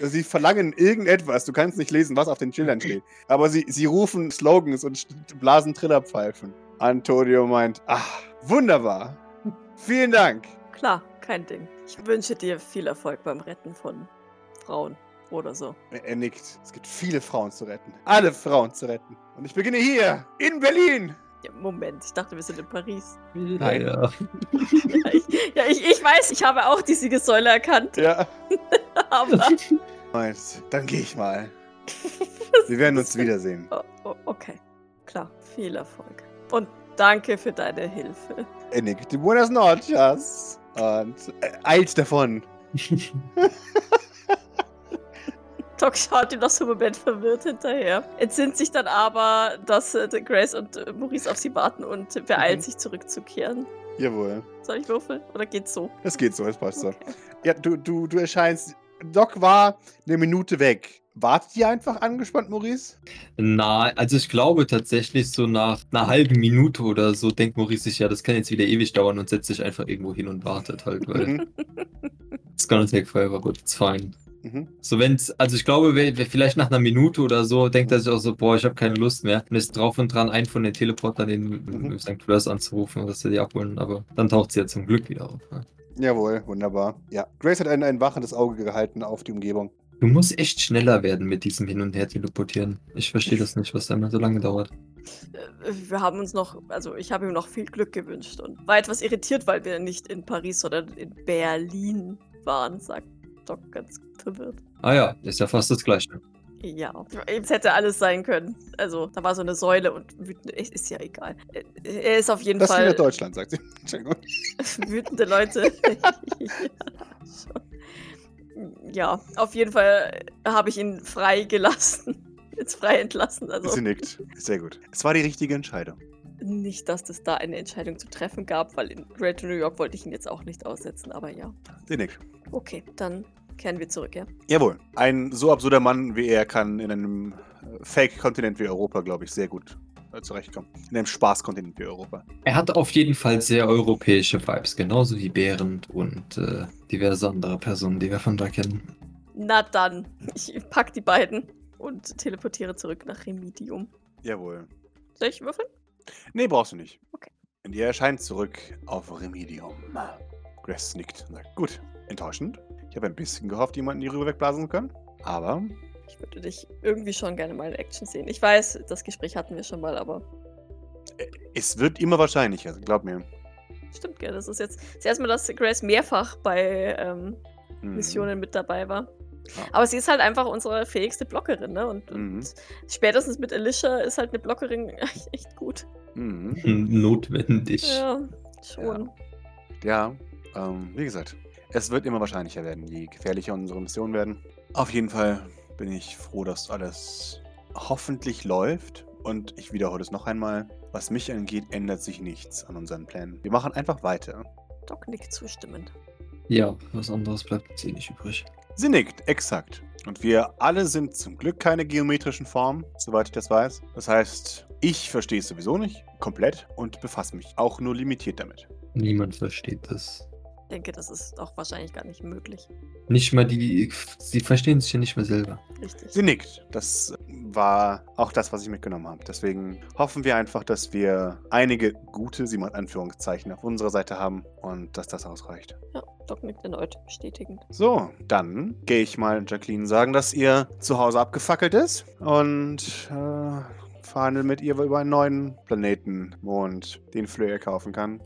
S2: Sie verlangen irgendetwas, du kannst nicht lesen, was auf den Schildern steht. Aber sie, sie rufen Slogans und st- blasen Trillerpfeifen. Antonio meint, ach, wunderbar. Vielen Dank.
S3: Klar, kein Ding. Ich wünsche dir viel Erfolg beim Retten von Frauen oder so.
S2: Er er nickt. Es gibt viele Frauen zu retten. Alle Frauen zu retten. Und ich beginne hier, in Berlin.
S3: Ja, Moment, ich dachte, wir sind in Paris.
S4: Naja.
S3: ja, ich, ja ich, ich weiß, ich habe auch die Siegessäule erkannt,
S2: Ja.
S3: aber.
S2: Meint, dann gehe ich mal. Wir werden uns wiedersehen.
S3: O- o- oh, okay, klar, viel Erfolg. Und danke für deine Hilfe.
S2: Er nickt. Buenas noches. Und äh, eilt davon.
S3: Doc schaut ihm noch so einen Moment verwirrt hinterher. Entsinnt sich dann aber, dass äh, Grace und äh, Maurice auf sie warten und beeilt
S4: Mhm.
S3: sich zurückzukehren.
S2: Jawohl.
S3: Soll ich würfeln? Oder geht's so?
S2: Das geht so, das passt so. Ja, du, du, du erscheinst. Doc war eine Minute weg. Wartet ihr einfach angespannt, Maurice?
S4: Na, also ich glaube tatsächlich so nach einer halben Minute oder so denkt Maurice sich, ja, das kann jetzt wieder ewig dauern und setzt sich einfach irgendwo hin und wartet halt, weil
S2: Mhm.
S4: it's gonna take forever, but it's fine.
S2: Mhm.
S4: So wenn's, also ich glaube, wer- wer vielleicht nach einer Minute oder so denkt er sich auch so, boah, ich habe keine Lust mehr und ist drauf und dran, einen von den Teleportern in
S2: Mhm.
S4: in St. Flörs anzurufen, dass sie die abholen, aber dann taucht sie ja zum Glück wieder auf. Ne?
S2: Jawohl, wunderbar. Ja. Grace hat ein, ein wachendes Auge gehalten auf die Umgebung.
S4: Du musst echt schneller werden mit diesem Hin- und Her-Teleportieren. Ich verstehe das nicht, was da immer so lange dauert.
S3: Äh, Wir haben uns noch, also ich habe ihm noch viel Glück gewünscht und war etwas irritiert, weil wir nicht in Paris, sondern in Berlin waren, sagt Doc ganz verwirrt.
S4: Ah ja, ist ja fast das Gleiche.
S3: Ja, es hätte alles sein können. Also, da war so eine Säule und wütende, es ist ja egal. Äh, Er ist auf jeden
S2: Das ist
S3: Fall
S2: wieder Deutschland, sagt sie. Entschuldigung.
S3: wütende Leute. ja, schon. ja, auf jeden Fall habe ich ihn frei gelassen. Jetzt frei entlassen. Also
S2: Sie nickt. Sehr gut. Es war die richtige Entscheidung.
S3: Nicht, dass es da eine Entscheidung zu treffen gab, weil in Greater New York wollte ich ihn jetzt auch nicht aussetzen, aber ja.
S2: Sie nickt.
S3: Okay, dann kehren wir zurück, ja?
S2: Jawohl. Ein so absurder Mann wie er kann in einem äh, Fake-Kontinent wie Europa, glaube ich, sehr gut äh, zurechtkommen. In einem Spaßkontinent wie Europa.
S4: Er hat auf jeden Fall sehr europäische Vibes, genauso wie Behrendt und äh, diverse andere Personen, die wir von da kennen.
S3: Na dann. Ich pack die beiden und teleportiere zurück nach Remedium.
S2: Jawohl.
S3: Soll ich würfeln?
S2: Nee, brauchst du nicht.
S3: Okay.
S2: Und ihr erscheint zurück auf Remedium. Grace nickt und sagt, gut, enttäuschend. Ich habe ein bisschen gehofft, jemanden hier rüber wegblasen zu können. Aber
S3: Ich würde dich irgendwie schon gerne mal in Action sehen. Ich weiß, das Gespräch hatten wir schon mal, aber
S2: es wird immer wahrscheinlicher, glaub mir.
S3: stimmt, gell? Das ist jetzt das erste Mal, dass Grace mehrfach bei ähm,
S2: Mhm.
S3: Missionen mit dabei war.
S2: Ja.
S3: Aber sie ist halt einfach unsere fähigste Blockerin, ne? Und,
S2: Mhm.
S3: und spätestens mit Alicia ist halt eine Blockerin echt gut.
S2: Mhm.
S4: Notwendig.
S3: Ja, schon.
S2: Ja, ähm, wie gesagt, es wird immer wahrscheinlicher werden, je gefährlicher unsere Missionen werden. Auf jeden Fall bin ich froh, dass alles hoffentlich läuft. Und ich wiederhole es noch einmal. Was mich angeht, ändert sich nichts an unseren Plänen. Wir machen einfach weiter.
S3: Doc nickt zustimmend.
S4: Ja, was anderes bleibt jetzt eh nicht übrig.
S2: Sie nickt, exakt. Und wir alle sind zum Glück keine geometrischen Formen, soweit ich das weiß. Das heißt, ich verstehe es sowieso nicht, komplett, und befasse mich auch nur limitiert damit.
S4: Niemand versteht das.
S3: Ich denke, das ist auch wahrscheinlich gar nicht möglich.
S4: Nicht mal die, sie verstehen sich ja nicht mal selber.
S3: Richtig.
S2: Sie nickt. Das war auch das, was ich mitgenommen habe. Deswegen hoffen wir einfach, dass wir einige gute, sie mal in Anführungszeichen, auf unserer Seite haben und dass das ausreicht.
S3: ja, Doc nickt erneut bestätigend.
S2: So, dann gehe ich mal Jacqueline sagen, dass ihr zu Hause abgefackelt ist und äh, verhandelt mit ihr über einen neuen Planeten, Mond, den Flöhe kaufen kann.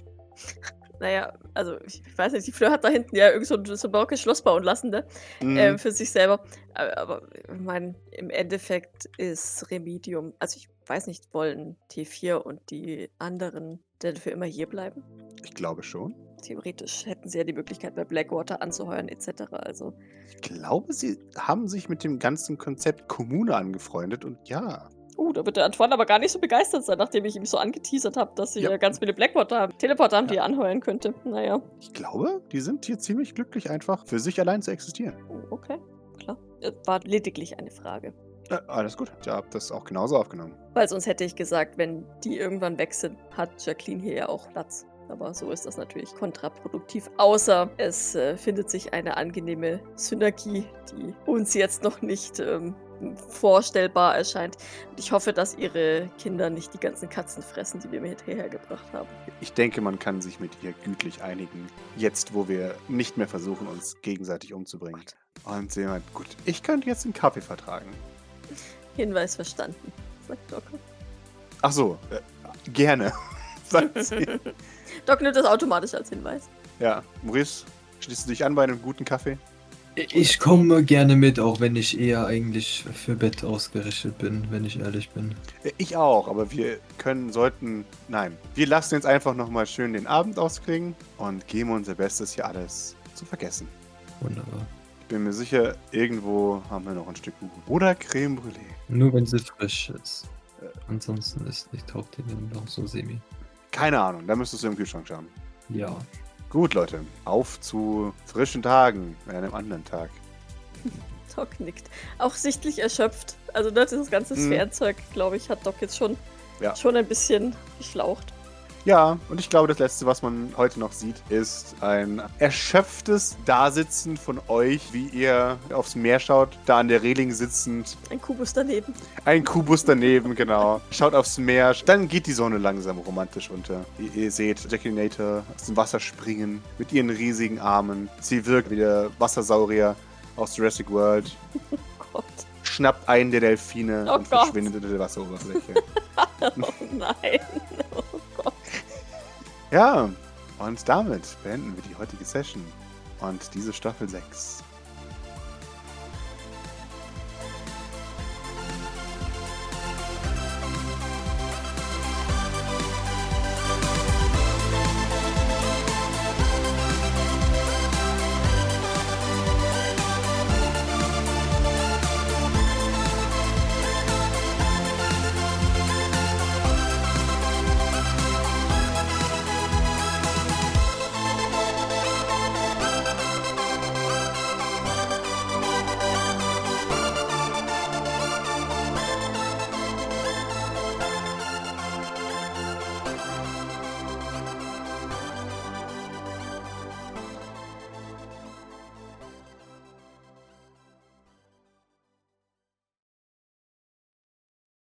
S3: Naja, also ich ich weiß nicht, die Fleur hat da hinten ja irgend so ein, so ein barockes Schloss bauen lassen, ne?
S2: Mhm.
S3: Ähm, für sich selber. Aber, aber ich meine, im Endeffekt ist Remedium, also ich weiß nicht, wollen T4 und die anderen denn für immer hier bleiben?
S2: ich glaube schon.
S3: Theoretisch hätten sie ja die Möglichkeit, bei Blackwater anzuheuern, etc. Also,
S2: Ich glaube, sie haben sich mit dem ganzen Konzept Kommune angefreundet und ja.
S3: uh, da wird der Antoine aber gar nicht so begeistert sein, nachdem ich ihm so angeteasert habe, dass sie
S2: Ja.
S3: ja ganz viele Blackwater haben, Teleporter haben, die er anheuern könnte. Naja,
S2: Ich glaube, die sind hier ziemlich glücklich, einfach für sich allein zu existieren.
S3: oh, okay, klar. Äh, War lediglich eine Frage.
S2: Äh, alles gut. Ich habe das auch genauso aufgenommen.
S3: Weil sonst hätte ich gesagt, wenn die irgendwann weg sind, hat Jacqueline hier ja auch Platz. Aber so ist das natürlich kontraproduktiv. Außer es äh, findet sich eine angenehme Synergie, die uns jetzt noch nicht ähm, vorstellbar erscheint. Und ich hoffe, dass ihre Kinder nicht die ganzen Katzen fressen, die wir mir hierher gebracht haben.
S2: Ich denke, man kann sich mit ihr gütlich einigen. Jetzt, wo wir nicht mehr versuchen, uns gegenseitig umzubringen. Und sie meint, gut, ich könnte jetzt einen Kaffee vertragen.
S3: Hinweis verstanden, sagt Doc.
S2: Ach so, äh, gerne, sagt sie.
S3: Doc nimmt das automatisch als Hinweis.
S2: Ja, Maurice, schließt du dich an bei einem guten Kaffee?
S4: Ich komme gerne mit, auch wenn ich eher eigentlich für Bett ausgerichtet bin, wenn ich ehrlich bin.
S2: Äh, Ich auch, aber wir können, sollten, nein. Wir lassen jetzt einfach nochmal schön den Abend ausklingen und geben unser Bestes, hier alles zu vergessen.
S4: Wunderbar.
S2: Bin mir sicher, irgendwo haben wir noch ein Stück Kuchen. Oder Creme Brûlée.
S4: Nur wenn sie frisch ist. Äh, Ansonsten ist nicht taugt die dann doch so semi.
S2: Keine Ahnung, da müsstest du im Kühlschrank schauen.
S4: Ja.
S2: Gut, Leute, auf zu frischen Tagen, an einem anderen Tag.
S3: Doc nickt. Auch sichtlich erschöpft. Also ne, dieses ganze
S2: Mhm.
S3: Sphärenzeug, glaube ich, hat Doc jetzt schon,
S2: Ja.
S3: schon ein bisschen geschlaucht.
S2: Ja, und ich glaube, das Letzte, was man heute noch sieht, ist ein erschöpftes Dasitzen von euch, wie ihr aufs Meer schaut, da an der Reling sitzend,
S3: Ein Kubus daneben.
S2: ein Kubus daneben, genau, schaut aufs Meer, dann geht die Sonne langsam romantisch unter. Ihr, ihr seht Jacqueline aus dem Wasser springen, mit ihren riesigen Armen. Sie wirkt wie der Wassersaurier aus Jurassic World,
S3: Gott.
S2: schnappt einen der Delfine
S3: Oh
S2: und
S3: Gott.
S2: verschwindet unter der Wasseroberfläche.
S3: Oh nein. Oh Gott.
S2: Ja, und damit beenden wir die heutige Session und diese Staffel 6.